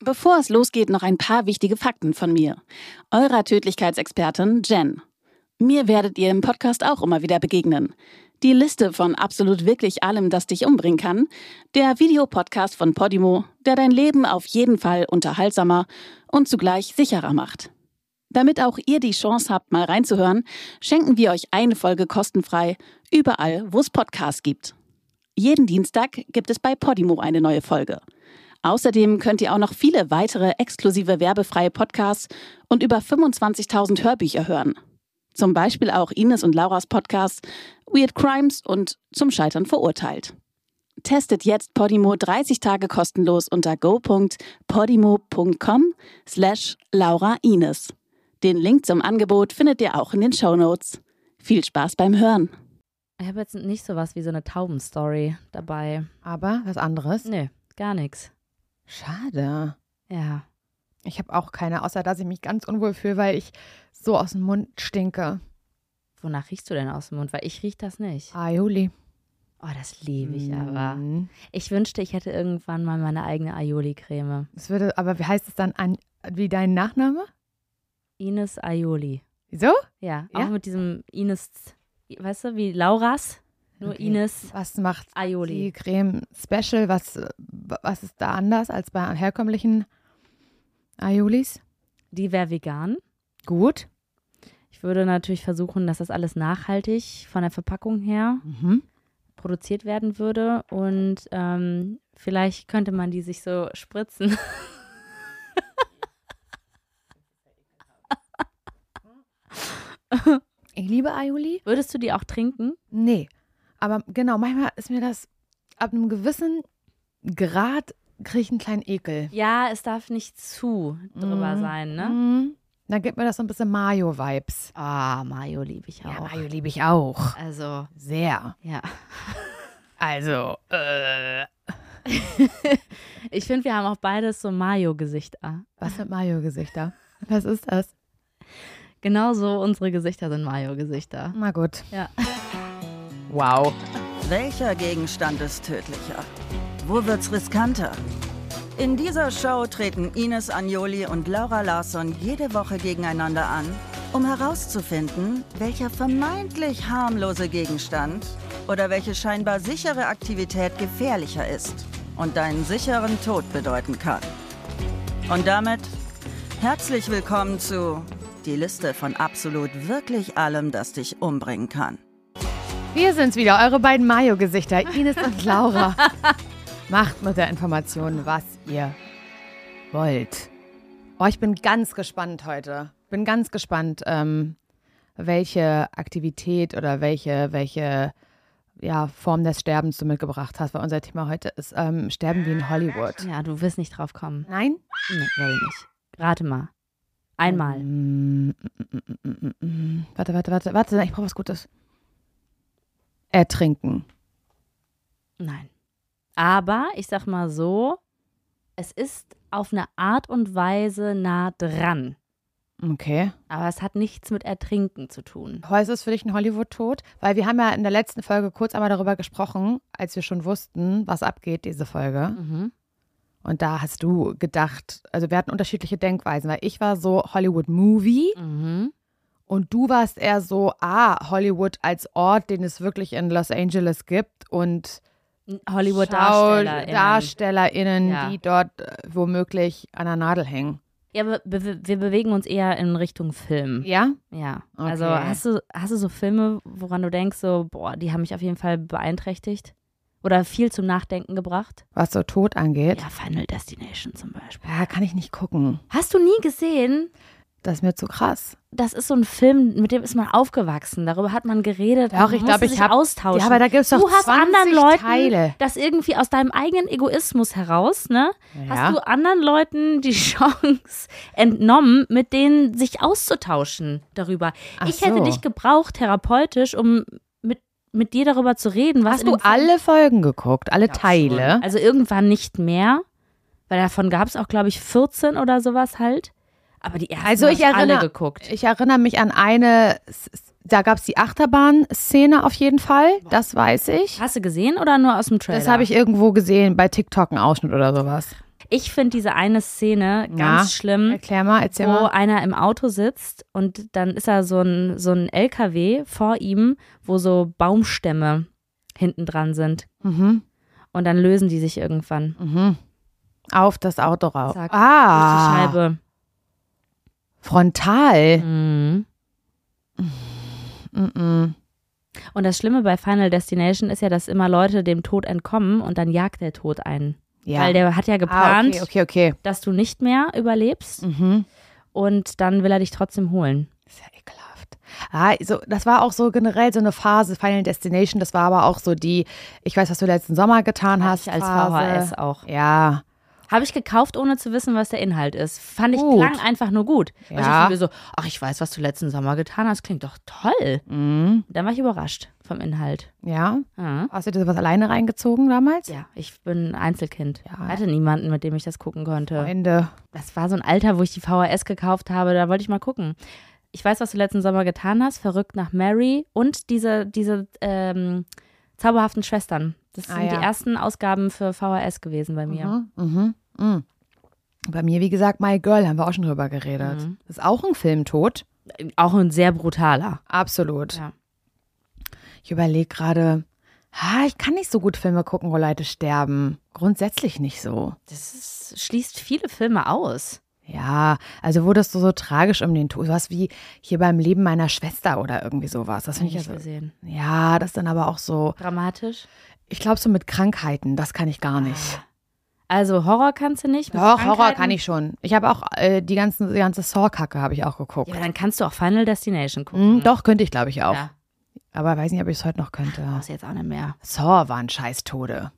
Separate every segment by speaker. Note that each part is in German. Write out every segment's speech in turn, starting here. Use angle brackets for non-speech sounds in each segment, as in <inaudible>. Speaker 1: Bevor es losgeht, noch ein paar wichtige Fakten von mir. Eurer Tödlichkeitsexpertin Jen. Mir werdet ihr im Podcast auch immer wieder begegnen. Die Liste von absolut wirklich allem, das dich umbringen kann, der Videopodcast von Podimo, der dein Leben auf jeden Fall unterhaltsamer und zugleich sicherer macht. Damit auch ihr die Chance habt, mal reinzuhören, schenken wir euch eine Folge kostenfrei, überall, wo es Podcasts gibt. Jeden Dienstag gibt es bei Podimo eine neue Folge. Außerdem könnt ihr auch noch viele weitere exklusive werbefreie Podcasts und über 25.000 Hörbücher hören. Zum Beispiel auch Ines und Lauras Podcasts Weird Crimes und Zum Scheitern verurteilt. Testet jetzt Podimo 30 Tage kostenlos unter go.podimo.com slash Laura Ines. Den Link zum Angebot findet ihr auch in den Shownotes. Viel Spaß beim Hören.
Speaker 2: Ich habe jetzt nicht sowas wie so eine Taubenstory dabei.
Speaker 3: Aber was anderes?
Speaker 2: Nö, gar nichts.
Speaker 3: Schade.
Speaker 2: Ja.
Speaker 3: Ich habe auch keine, außer dass ich mich ganz unwohl fühle, weil ich so aus dem Mund stinke.
Speaker 2: Wonach riechst du denn aus dem Mund? Weil ich riech das nicht.
Speaker 3: Aioli.
Speaker 2: Oh, das liebe ich aber.
Speaker 3: Mm.
Speaker 2: Ich wünschte, ich hätte irgendwann mal meine eigene Aioli-Creme.
Speaker 3: Es würde, aber wie heißt es dann an, wie dein Nachname?
Speaker 2: Ines Aioli.
Speaker 3: Wieso?
Speaker 2: Ja,
Speaker 3: Ja?
Speaker 2: auch mit diesem Ines, weißt du, wie Lauras, nur
Speaker 3: Okay.
Speaker 2: Ines
Speaker 3: Was macht die
Speaker 2: Aioli.
Speaker 3: Creme special? Was, äh, was ist da anders als bei herkömmlichen Aiolis?
Speaker 2: Die wäre vegan.
Speaker 3: Gut.
Speaker 2: Ich würde natürlich versuchen, dass das alles nachhaltig von der Verpackung her
Speaker 3: Mhm.
Speaker 2: produziert werden würde und ähm, vielleicht könnte man die sich so spritzen.
Speaker 3: Ich liebe Aioli.
Speaker 2: Würdest du die auch trinken?
Speaker 3: Nee. Aber genau, manchmal ist mir das ab einem gewissen Grad kriege ich einen kleinen Ekel.
Speaker 2: Ja, es darf nicht zu drüber
Speaker 3: Mhm.
Speaker 2: sein, ne?
Speaker 3: Mhm. Dann gibt mir das so ein bisschen Mayo-Vibes.
Speaker 2: Ah, Mayo liebe ich auch.
Speaker 3: liebe ich auch.
Speaker 2: also,
Speaker 3: Sehr.
Speaker 2: ja.
Speaker 3: Also, äh.
Speaker 2: Ich finde, wir haben auch beides so Mayo-Gesichter.
Speaker 3: Was sind Mayo-Gesichter? Was ist das?
Speaker 2: Genauso Genau unsere Gesichter sind Mayo-Gesichter.
Speaker 3: Na gut.
Speaker 2: Ja.
Speaker 3: Wow.
Speaker 4: Welcher Gegenstand ist tödlicher? Wo wird's riskanter? In dieser Show treten Ines Agnoli und Laura Larsson jede Woche gegeneinander an, um herauszufinden, welcher vermeintlich harmlose Gegenstand oder welche scheinbar sichere Aktivität gefährlicher ist und einen sicheren Tod bedeuten kann. Und damit herzlich willkommen zu Die Liste von absolut wirklich allem, das dich umbringen kann.
Speaker 3: Wir sind's wieder, eure beiden Mayo-Gesichter, Ines und Laura. Macht mit der Information, was ihr wollt. Oh, ich bin ganz gespannt heute. Bin ganz gespannt, ähm, welche Aktivität oder welche, welche ja, Form des Sterbens du mitgebracht hast, weil unser Thema heute ist ähm, Sterben wie in Hollywood.
Speaker 2: Ja, du wirst nicht drauf kommen.
Speaker 3: Nein?
Speaker 2: Nee, will ich nicht. Ähm, Rate mal. Einmal.
Speaker 3: Mm, mm, mm, mm, mm, mm. Warte, warte, warte, warte, ich brauche was Gutes. Ertrinken.
Speaker 2: Nein. Aber ich sag mal so, es ist auf eine Art und Weise nah dran.
Speaker 3: Okay.
Speaker 2: Aber es hat nichts mit Ertrinken zu tun.
Speaker 3: Heute ist es für dich ein Hollywood-Tod, weil wir haben ja in der letzten Folge kurz einmal darüber gesprochen, als wir schon wussten, was abgeht, diese Folge.
Speaker 2: Mhm.
Speaker 3: Und da hast du gedacht, also wir hatten unterschiedliche Denkweisen, weil ich war so Hollywood-Movie
Speaker 2: Mhm.
Speaker 3: und du warst eher so, ah, Hollywood als Ort, den es wirklich in Los Angeles gibt und
Speaker 2: Hollywood-Darsteller.
Speaker 3: Schau- DarstellerInnen,
Speaker 2: Ja.
Speaker 3: die dort äh, womöglich an der Nadel hängen.
Speaker 2: Ja, aber be wir bewegen uns eher in Richtung Film.
Speaker 3: Ja?
Speaker 2: Ja.
Speaker 3: Okay.
Speaker 2: Also hast du, hast du so Filme, woran du denkst, so, boah, die haben mich auf jeden Fall beeinträchtigt? Oder viel zum Nachdenken gebracht?
Speaker 3: Was so Tod angeht.
Speaker 2: Ja, Final Destination zum Beispiel.
Speaker 3: ja, kann ich nicht gucken.
Speaker 2: Hast du nie gesehen?
Speaker 3: Das ist mir zu krass.
Speaker 2: Das ist so ein Film, mit dem ist man aufgewachsen. Darüber hat man geredet.
Speaker 3: Doch,
Speaker 2: man
Speaker 3: ich
Speaker 2: musste
Speaker 3: glaub, ich
Speaker 2: sich
Speaker 3: hab-
Speaker 2: austauschen.
Speaker 3: Ja, aber da gibt es doch
Speaker 2: du hast
Speaker 3: 20
Speaker 2: anderen Leuten
Speaker 3: Teile.
Speaker 2: das irgendwie aus deinem eigenen Egoismus heraus, ne?
Speaker 3: Ja.
Speaker 2: Hast du anderen Leuten die <laughs> Chance entnommen, mit denen sich auszutauschen darüber?
Speaker 3: Ach
Speaker 2: ich hätte
Speaker 3: so.
Speaker 2: dich gebraucht, therapeutisch, um mit, mit dir darüber zu reden. Was
Speaker 3: Hast
Speaker 2: in
Speaker 3: du
Speaker 2: dem Film-
Speaker 3: alle Folgen geguckt, alle
Speaker 2: Ich glaub
Speaker 3: Teile?
Speaker 2: schon. Also irgendwann nicht mehr, weil davon gab es auch, glaube ich, 14 oder sowas halt. Aber die ersten
Speaker 3: Also
Speaker 2: hab
Speaker 3: ich
Speaker 2: alle
Speaker 3: erinnere-
Speaker 2: geguckt.
Speaker 3: Ich erinnere mich an eine, S- S- da gab es die Achterbahn-Szene auf jeden Fall, das weiß ich.
Speaker 2: Hast du gesehen oder nur aus dem Trailer?
Speaker 3: Das habe ich irgendwo gesehen bei TikTok, einen Ausschnitt oder sowas.
Speaker 2: Ich finde diese eine Szene ganz
Speaker 3: Ja.
Speaker 2: schlimm,
Speaker 3: Erklär mal, erzähl
Speaker 2: Mhm. wo
Speaker 3: mal.
Speaker 2: einer im Auto sitzt und dann ist da so ein, so ein LKW vor ihm, wo so Baumstämme hinten dran sind.
Speaker 3: Mhm.
Speaker 2: Und dann lösen die sich irgendwann.
Speaker 3: Mhm. Auf das Auto rauf.
Speaker 2: Zack,
Speaker 3: ah,
Speaker 2: Durch die Scheibe.
Speaker 3: frontal.
Speaker 2: Mhm.
Speaker 3: Mhm.
Speaker 2: Und das Schlimme bei Final Destination ist ja, dass immer Leute dem Tod entkommen und dann jagt der Tod einen.
Speaker 3: Ja.
Speaker 2: Weil der hat ja
Speaker 3: ah,
Speaker 2: geplant,
Speaker 3: okay, okay, okay.
Speaker 2: dass du nicht mehr überlebst
Speaker 3: Mhm.
Speaker 2: und dann will er dich trotzdem holen.
Speaker 3: Ist ja ekelhaft. Ah, so, das war auch so generell so eine Phase, Final Destination, das war aber auch so die, ich weiß, was du letzten Sommer getan
Speaker 2: Hatte
Speaker 3: hast.
Speaker 2: ich als
Speaker 3: Phase.
Speaker 2: VHS auch.
Speaker 3: Ja.
Speaker 2: Habe ich gekauft, ohne zu wissen, was der Inhalt ist. Fand ich
Speaker 3: Gut.
Speaker 2: klang einfach nur gut. Weil Ich
Speaker 3: Ja.
Speaker 2: dachte mir so, ach, ich weiß, was du letzten Sommer getan hast, klingt doch toll.
Speaker 3: Mhm.
Speaker 2: Dann war ich überrascht vom Inhalt.
Speaker 3: Ja.
Speaker 2: Ja,
Speaker 3: Hast du dir sowas alleine reingezogen damals?
Speaker 2: ja ich bin Einzelkind.
Speaker 3: Ja.
Speaker 2: Hatte niemanden, mit dem ich das gucken konnte.
Speaker 3: Ende.
Speaker 2: Das war so ein Alter, wo ich die VHS gekauft habe, da wollte ich mal gucken. Ich weiß, was du letzten Sommer getan hast, verrückt nach Mary und diese, diese ähm, zauberhaften Schwestern. Das
Speaker 3: Ah,
Speaker 2: sind
Speaker 3: ja.
Speaker 2: die ersten Ausgaben für VHS gewesen bei mir.
Speaker 3: Mhm. Mhm. Mhm. Bei mir, wie gesagt, My Girl, haben wir auch schon drüber geredet.
Speaker 2: Mhm.
Speaker 3: Ist auch ein Filmtod.
Speaker 2: Äh, Auch ein sehr brutaler.
Speaker 3: Absolut.
Speaker 2: Ja.
Speaker 3: Ich überlege gerade, ah, ich kann nicht so gut Filme gucken, wo Leute sterben. Grundsätzlich nicht so.
Speaker 2: Das ist, schließt viele Filme aus.
Speaker 3: Ja, also wurdest du so tragisch um den Tod. Sowas wie hier beim Leben meiner Schwester oder irgendwie sowas. Das
Speaker 2: Hab
Speaker 3: finde ich
Speaker 2: ich
Speaker 3: also,
Speaker 2: gesehen.
Speaker 3: Ja, das dann aber auch so.
Speaker 2: Dramatisch.
Speaker 3: Ich glaube, so mit Krankheiten, das kann ich gar nicht.
Speaker 2: Also Horror kannst du nicht. Ah, mit
Speaker 3: Doch, Horror
Speaker 2: Krankheiten?
Speaker 3: kann ich schon. Ich habe auch äh, die, ganzen, die ganze Saw-Kacke habe ich auch geguckt.
Speaker 2: Ja, dann kannst du auch Final Destination gucken. ne?
Speaker 3: Hm, doch, könnte ich, glaube ich, auch.
Speaker 2: Ja,
Speaker 3: Aber weiß nicht, ob ich es heute noch könnte.
Speaker 2: brauchst du jetzt auch nicht mehr.
Speaker 3: Saw waren Scheißtode.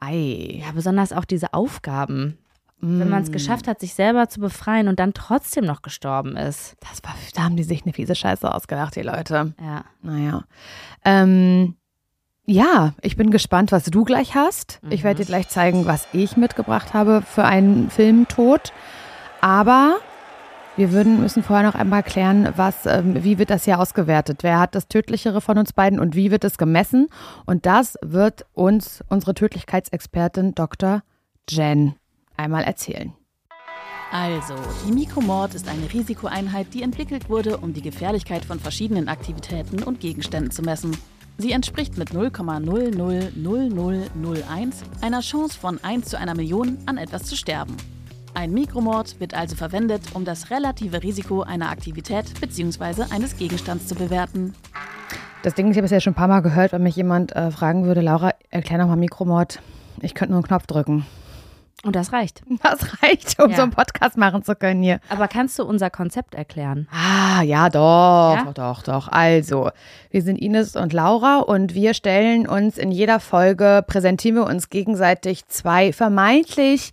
Speaker 3: Ei.
Speaker 2: Ja, besonders auch diese Aufgaben. Wenn man
Speaker 3: Mm.
Speaker 2: es geschafft hat, sich selber zu befreien und dann trotzdem noch gestorben ist.
Speaker 3: Das war, da haben die sich eine fiese Scheiße ausgedacht, die Leute.
Speaker 2: Ja.
Speaker 3: Naja. Ähm, ja, ich bin gespannt, was du gleich hast. Ich werde dir gleich zeigen, was ich mitgebracht habe für einen Filmtod. Aber wir würden, müssen vorher noch einmal klären, was, ähm, wie wird das hier ausgewertet? Wer hat das Tödlichere von uns beiden und wie wird es gemessen? Und das wird uns unsere Tödlichkeitsexpertin Dr. Jen einmal erzählen.
Speaker 1: Also, die Mikomord ist eine Risikoeinheit, die entwickelt wurde, um die Gefährlichkeit von verschiedenen Aktivitäten und Gegenständen zu messen. Sie entspricht mit 0,000001 einer Chance von 1 zu einer Million an etwas zu sterben. Ein Mikromord wird also verwendet, um das relative Risiko einer Aktivität bzw. eines Gegenstands zu bewerten.
Speaker 3: Das Ding, ich habe es ja schon ein paar Mal gehört, wenn mich jemand äh, fragen würde, Laura, erklär nochmal Mikromord. Ich könnte nur einen Knopf drücken.
Speaker 2: Und das reicht.
Speaker 3: Das reicht, um
Speaker 2: Ja.
Speaker 3: so einen Podcast machen zu können hier.
Speaker 2: Aber kannst du unser Konzept erklären?
Speaker 3: Ah, ja, doch,
Speaker 2: Ja?
Speaker 3: doch, doch, doch. Also, wir sind Ines und Laura und wir stellen uns in jeder Folge, präsentieren wir uns gegenseitig zwei vermeintlich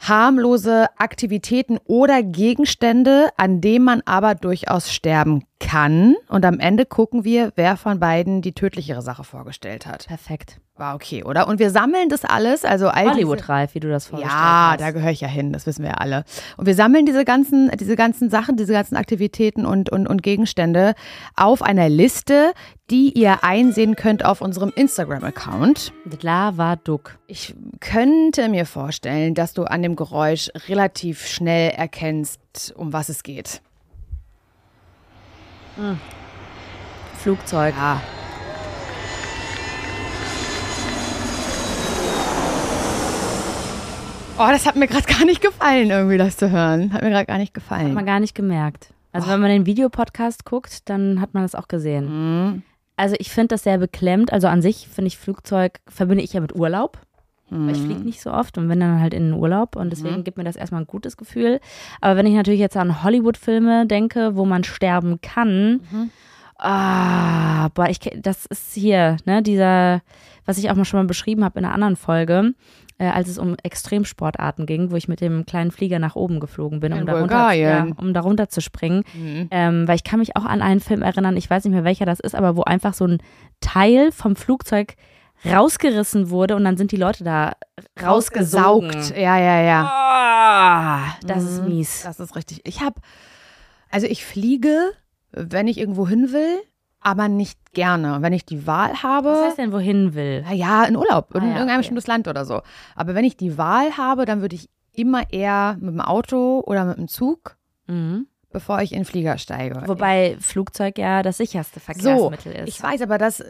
Speaker 3: harmlose Aktivitäten oder Gegenstände, an denen man aber durchaus sterben kann. Und am Ende gucken wir, wer von beiden die tödlichere Sache vorgestellt hat.
Speaker 2: Perfekt.
Speaker 3: War okay, oder? Und wir sammeln das alles, also all diese-
Speaker 2: Hollywood-reif, wie du das vorgestellt
Speaker 3: Ja,
Speaker 2: hast.
Speaker 3: da gehöre ich ja hin, das wissen wir ja alle. Und wir sammeln diese ganzen, diese ganzen Sachen, diese ganzen Aktivitäten und, und, und Gegenstände auf einer Liste, die ihr einsehen könnt auf unserem Instagram-Account.
Speaker 2: Lava Duck.
Speaker 3: Ich könnte mir vorstellen, dass du an dem Geräusch relativ schnell erkennst, um was es geht.
Speaker 2: Flugzeug.
Speaker 3: Ja. Oh, das hat mir gerade gar nicht gefallen, irgendwie das zu hören. Hat mir gerade gar nicht
Speaker 2: Hat
Speaker 3: gefallen.
Speaker 2: man gar nicht gemerkt. Also wenn man den Videopodcast guckt, dann hat man das auch gesehen.
Speaker 3: Mhm.
Speaker 2: Also ich finde das sehr beklemmt. Also an sich finde ich Flugzeug, verbinde ich ja mit Urlaub. Weil ich
Speaker 3: Mhm.
Speaker 2: fliege nicht so oft und wenn dann halt in den Urlaub und deswegen gibt mir das erstmal ein gutes Gefühl. Aber wenn ich natürlich jetzt an Hollywood-Filme denke, wo man sterben kann, ah, boah, ich, ke- das ist hier, ne, dieser, was ich auch mal schon mal beschrieben habe in einer anderen Folge, äh, als es um Extremsportarten ging, wo ich mit dem kleinen Flieger nach oben geflogen bin,
Speaker 3: In
Speaker 2: um da, runter, ja,
Speaker 3: Bulgarien.
Speaker 2: um da runter zu springen.
Speaker 3: Mhm.
Speaker 2: Ähm, weil ich kann mich auch an einen Film erinnern, ich weiß nicht mehr welcher das ist, aber wo einfach so ein Teil vom Flugzeug rausgerissen wurde und dann sind die Leute da rausgesaugt. Oh.
Speaker 3: Rausgesaugt. Ja, ja, ja.
Speaker 2: Ah, das ist mies.
Speaker 3: Das ist richtig. Ich habe, also ich fliege, wenn ich irgendwo hin will, aber nicht gerne. Wenn ich die Wahl habe.
Speaker 2: Was heißt denn, wohin will?
Speaker 3: Naja, in Urlaub, in
Speaker 2: Ah ja,
Speaker 3: irgendein
Speaker 2: okay.
Speaker 3: bestimmtes Land oder so. Aber wenn ich die Wahl habe, dann würde ich immer eher mit dem Auto oder mit dem Zug,
Speaker 2: Mhm.
Speaker 3: bevor ich in den Flieger steige.
Speaker 2: Wobei Flugzeug ja das sicherste
Speaker 3: so,
Speaker 2: Verkehrsmittel ist.
Speaker 3: ich weiß, aber das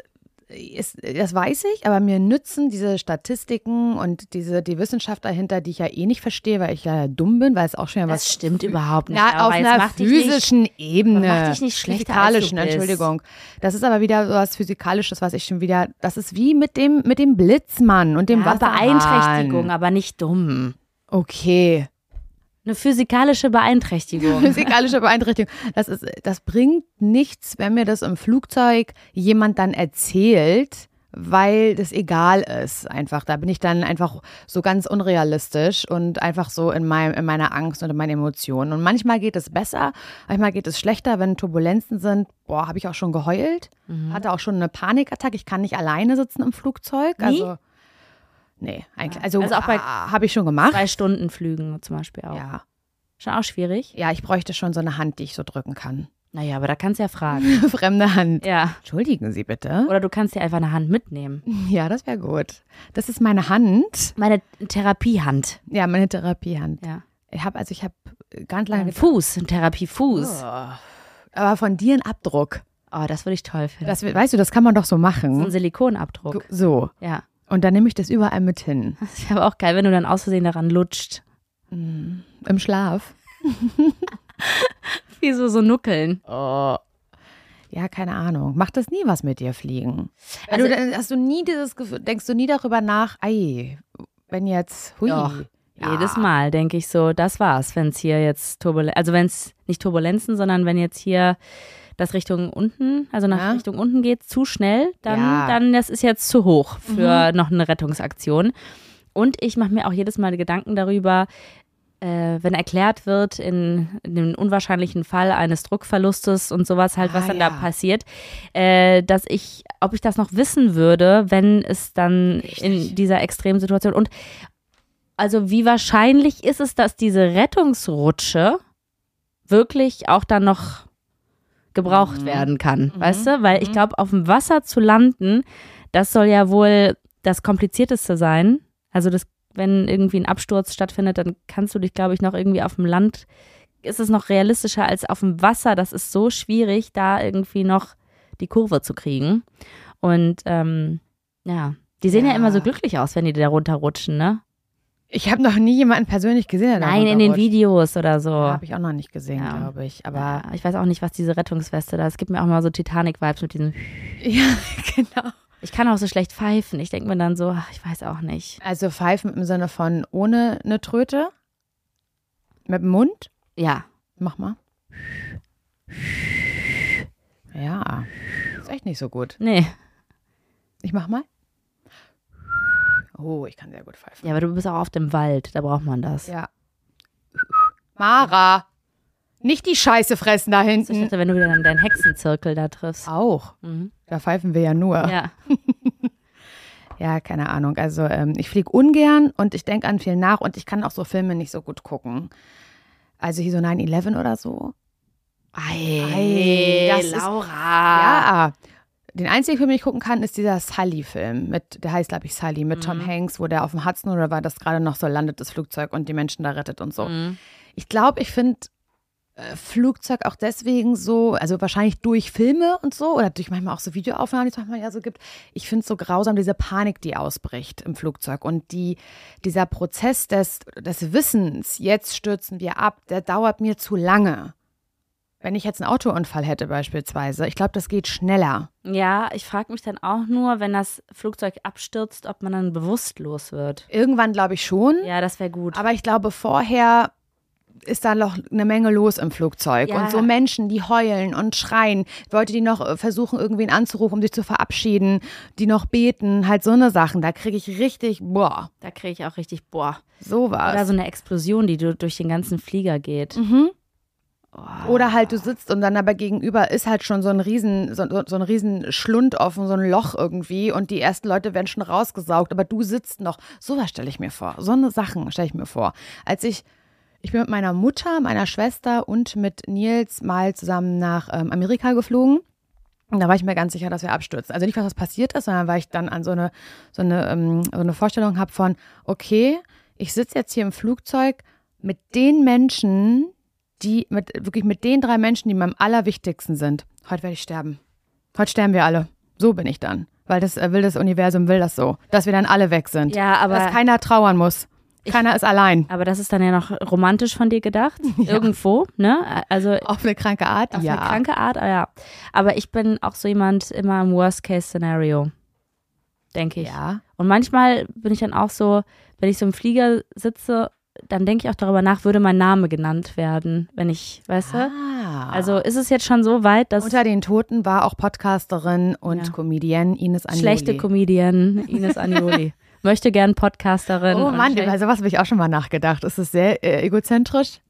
Speaker 3: ist, das weiß ich, aber mir nützen diese Statistiken und diese, die Wissenschaft dahinter, die ich ja eh nicht verstehe, weil ich ja dumm bin, weil es auch schon ja was
Speaker 2: das stimmt überhaupt nicht.
Speaker 3: Na,
Speaker 2: aber
Speaker 3: auf
Speaker 2: jetzt
Speaker 3: einer
Speaker 2: macht dich nicht-
Speaker 3: physischen Ebene.
Speaker 2: macht dich nicht schlechter, als du
Speaker 3: Physikalischen,
Speaker 2: bist.
Speaker 3: Entschuldigung. Das ist aber wieder so was Physikalisches, was ich schon wieder. Das ist wie mit dem, mit dem Blitzmann und dem
Speaker 2: ja, Beeinträchtigung,
Speaker 3: Wasserhahn.
Speaker 2: aber nicht dumm.
Speaker 3: Okay.
Speaker 2: Eine physikalische
Speaker 3: <laughs>
Speaker 2: Beeinträchtigung.
Speaker 3: Physikalische Beeinträchtigung. Das, ist, das bringt nichts, wenn mir das im Flugzeug jemand dann erzählt, weil das egal ist. Einfach. Da bin ich dann einfach so ganz unrealistisch und einfach so in, meinem, in meiner Angst und in meinen Emotionen. Und manchmal geht es besser, manchmal geht es schlechter, wenn Turbulenzen sind. Boah, habe ich auch schon geheult.
Speaker 2: Mhm.
Speaker 3: Hatte auch schon eine Panikattacke. Ich kann nicht alleine sitzen im Flugzeug.
Speaker 2: Nie?
Speaker 3: Also. Nee, eigentlich. Also,
Speaker 2: Also auch bei-
Speaker 3: ah, habe ich schon gemacht.
Speaker 2: Drei Stunden Flügen zum Beispiel auch.
Speaker 3: Ja.
Speaker 2: Schon auch schwierig.
Speaker 3: ja, ich bräuchte schon so eine Hand, die ich so drücken kann.
Speaker 2: Naja, aber da kannst du ja fragen.
Speaker 3: <laughs> fremde Hand.
Speaker 2: ja.
Speaker 3: Entschuldigen Sie bitte.
Speaker 2: Oder du kannst dir einfach eine Hand mitnehmen.
Speaker 3: Ja, das wäre gut. Das ist meine Hand.
Speaker 2: Meine Therapiehand.
Speaker 3: Ja, meine Therapiehand.
Speaker 2: Ja.
Speaker 3: Ich habe also ich habe ganz lange
Speaker 2: Ein Fuß, ein Therapiefuß.
Speaker 3: gedacht, oh, aber von dir ein Abdruck.
Speaker 2: Oh, das würde ich toll finden.
Speaker 3: Das weißt du, das kann man doch so
Speaker 2: so ein
Speaker 3: machen.
Speaker 2: Silikonabdruck.
Speaker 3: So
Speaker 2: Ja. <laughs>
Speaker 3: und dann nehme ich das überall mit hin
Speaker 2: Das wäre aber auch geil, wenn du dann aus Versehen daran lutscht.
Speaker 3: im Schlaf.
Speaker 2: Wie so, so Nuckeln.
Speaker 3: Ja, keine Ahnung. Macht das nie was mit dir fliegen?
Speaker 2: Also-
Speaker 3: du, dann hast du nie dieses Gefühl, denkst du nie darüber nach, ei, wenn jetzt hui.
Speaker 2: Doch.
Speaker 3: Ja.
Speaker 2: Jedes Mal denke ich so, das war's, wenn es hier jetzt Turbulenzen, also wenn es nicht Turbulenzen, sondern wenn jetzt hier das Richtung unten, also nach
Speaker 3: Ja.
Speaker 2: Richtung unten geht, zu schnell, dann,
Speaker 3: Ja. Mhm.
Speaker 2: dann das ist jetzt zu hoch für noch eine Rettungsaktion. Und ich mache mir auch jedes Mal Gedanken darüber, äh, wenn erklärt wird, in, in dem unwahrscheinlichen Fall eines Druckverlustes und sowas halt, was
Speaker 3: Ah,
Speaker 2: dann da
Speaker 3: ja.
Speaker 2: passiert, äh, dass ich, ob ich das noch wissen würde, wenn es dann in dieser extremen Situation und also wie wahrscheinlich ist es, dass diese Rettungsrutsche wirklich auch dann noch gebraucht werden kann, weißt du? Weil ich glaube, auf dem Wasser zu landen, das soll ja wohl das komplizierteste sein. Also das, wenn irgendwie ein Absturz stattfindet, dann kannst du dich, glaube ich, noch irgendwie auf dem Land ist es noch realistischer als auf dem Wasser. Das ist so schwierig, da irgendwie noch die Kurve zu kriegen. Und ähm, ja, die sehen ja.
Speaker 3: Ja.
Speaker 2: immer so glücklich aus, wenn die da runterrutschen, ne?
Speaker 3: Ich habe noch nie jemanden persönlich gesehen. der
Speaker 2: Nein, in
Speaker 3: darunter
Speaker 2: den
Speaker 3: rutscht.
Speaker 2: Videos oder so.
Speaker 3: Habe ich auch noch nicht gesehen,
Speaker 2: Ja.
Speaker 3: glaube ich. Aber
Speaker 2: aber ich weiß auch nicht, was diese Rettungsweste da ist. Es gibt mir auch mal so Titanic-Vibes mit diesem.
Speaker 3: ja, <laughs> genau.
Speaker 2: Ich kann auch so schlecht pfeifen. Ich denke mir dann so, ach, ich weiß auch nicht.
Speaker 3: Also pfeifen im Sinne von ohne eine Tröte, mit dem Mund.
Speaker 2: Ja,
Speaker 3: Mach mal. Ja, ist echt nicht so gut.
Speaker 2: nee.
Speaker 3: Ich mach mal. Oh, ich kann sehr gut pfeifen.
Speaker 2: Ja, aber du bist auch auf dem Wald. Da braucht man das.
Speaker 3: Ja. Mara, nicht die Scheiße fressen da
Speaker 2: Ich
Speaker 3: hinten.
Speaker 2: dachte, wenn du wieder dann deinen Hexenzirkel da triffst.
Speaker 3: Auch.
Speaker 2: Mhm.
Speaker 3: Da pfeifen wir ja nur.
Speaker 2: Ja.
Speaker 3: Ja, keine Ahnung. Also ähm, ich fliege ungern und ich denke an viel nach und ich kann auch so Filme nicht so gut gucken. Also hier so 9-11 oder so.
Speaker 2: Ei,
Speaker 3: das ist-
Speaker 2: Laura.
Speaker 3: Ja. Den einzigen Film, den ich gucken kann, ist dieser Sully-Film. Mit, der heißt, glaube ich, Sully, mit Tom
Speaker 2: Mhm.
Speaker 3: Hanks, wo der auf dem Hudson River das gerade noch so landet, das Flugzeug und die Menschen da rettet und so.
Speaker 2: Mhm.
Speaker 3: Ich glaube, ich finde äh, Flugzeug auch deswegen so, also wahrscheinlich durch Filme und so oder durch manchmal auch so Videoaufnahmen, die es manchmal ja so gibt. Ich finde es so grausam, diese Panik, die ausbricht im Flugzeug und die, dieser Prozess des, des Wissens, jetzt stürzen wir ab, der dauert mir zu lange. Wenn ich jetzt einen Autounfall hätte beispielsweise, ich glaube, das geht schneller.
Speaker 2: Ja, ich frage mich dann auch nur, wenn das Flugzeug abstürzt, ob man dann bewusstlos wird.
Speaker 3: Irgendwann glaube ich schon,
Speaker 2: Ja, das wäre gut.
Speaker 3: Mhm. aber ich glaube vorher ist da noch eine Menge los im Flugzeug.
Speaker 2: Ja.
Speaker 3: Und so Menschen, die heulen und schreien, Leute, die noch äh, versuchen, irgendwen anzurufen, um sich zu verabschieden, die noch beten, halt so eine Sachen. Da kriege ich richtig, boah,
Speaker 2: da kriege ich auch richtig, boah.
Speaker 3: sowas.
Speaker 2: Oder so eine Explosion, die du- durch den ganzen Flieger geht.
Speaker 3: mhm.
Speaker 2: Oh.
Speaker 3: Oder halt du sitzt und dann aber gegenüber ist halt schon so ein riesen, so, so so ein riesen Schlund offen, so ein Loch irgendwie und die ersten Leute werden schon rausgesaugt, aber du sitzt noch. Sowas stelle ich mir vor. So eine Sachen stelle ich mir vor. Als ich, ich bin mit meiner Mutter, meiner Schwester und mit Nils mal zusammen nach ähm, Amerika geflogen Und da war ich mir ganz sicher, dass wir abstürzen. Also nicht, was passiert ist, sondern weil ich dann an so eine, so eine, ähm, so eine Vorstellung habe von, okay, ich sitze jetzt hier im Flugzeug mit den Menschen, die, mit, wirklich mit den drei Menschen, die mir am allerwichtigsten sind. Heute werde ich sterben. Heute sterben wir alle. So bin ich dann. Weil das äh, will das Universum, will das so. Dass wir dann alle weg sind.
Speaker 2: Ja, aber,
Speaker 3: Dass keiner trauern muss. Keiner ist allein.
Speaker 2: aber das ist dann ja noch romantisch von dir
Speaker 3: <laughs>
Speaker 2: gedacht. Irgendwo, ne? Also
Speaker 3: Auf eine kranke Art?
Speaker 2: auf
Speaker 3: ja.
Speaker 2: eine kranke Art, ah, ja. Aber ich bin auch so jemand immer im Worst-Case-Szenario. Denke ich.
Speaker 3: Ja.
Speaker 2: Und manchmal bin ich dann auch so, wenn ich so im Flieger sitze, dann denke ich auch darüber nach, würde mein Name genannt werden, wenn ich, weißt du?
Speaker 3: Ah.
Speaker 2: Also ist es jetzt schon so weit, dass
Speaker 3: Unter den Toten war auch Podcasterin und
Speaker 2: Ja.
Speaker 3: Comedienne Ines Anjoli.
Speaker 2: schlechte Comedian Ines
Speaker 3: <laughs>
Speaker 2: Anjoli möchte gern Podcasterin.
Speaker 3: Oh
Speaker 2: und
Speaker 3: Mann,
Speaker 2: schlecht-
Speaker 3: über sowas habe ich auch schon mal nachgedacht. Ist das sehr äh, egozentrisch?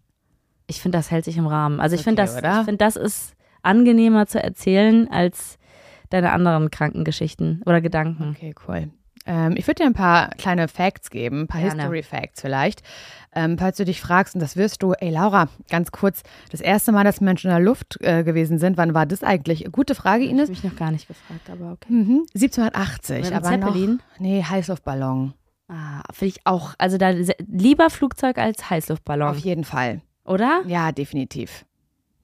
Speaker 2: ich finde, das hält sich im Rahmen. Also ich finde,
Speaker 3: Okay,
Speaker 2: das,
Speaker 3: oder?
Speaker 2: ich finde, das ist angenehmer zu erzählen als deine anderen Krankengeschichten oder Gedanken.
Speaker 3: Okay, cool. Ähm, ich würde dir ein paar kleine Facts geben, ein paar
Speaker 2: Gerne.
Speaker 3: History-Facts vielleicht. Ähm, falls du dich fragst, und das wirst du, ey Laura, ganz kurz, das erste Mal, dass Menschen in der Luft äh, gewesen sind, wann war das eigentlich? Gute Frage,
Speaker 2: Das
Speaker 3: Ines.
Speaker 2: habe ich noch gar nicht gefragt, aber okay.
Speaker 3: Mhm, 1780.
Speaker 2: Mit dem
Speaker 3: aber
Speaker 2: Zeppelin?
Speaker 3: Noch, nee, Heißluftballon.
Speaker 2: Ah, finde ich auch. Also da se- lieber Flugzeug als
Speaker 3: Auf
Speaker 2: Heißluftballon,
Speaker 3: jeden Fall.
Speaker 2: oder?
Speaker 3: Ja, definitiv.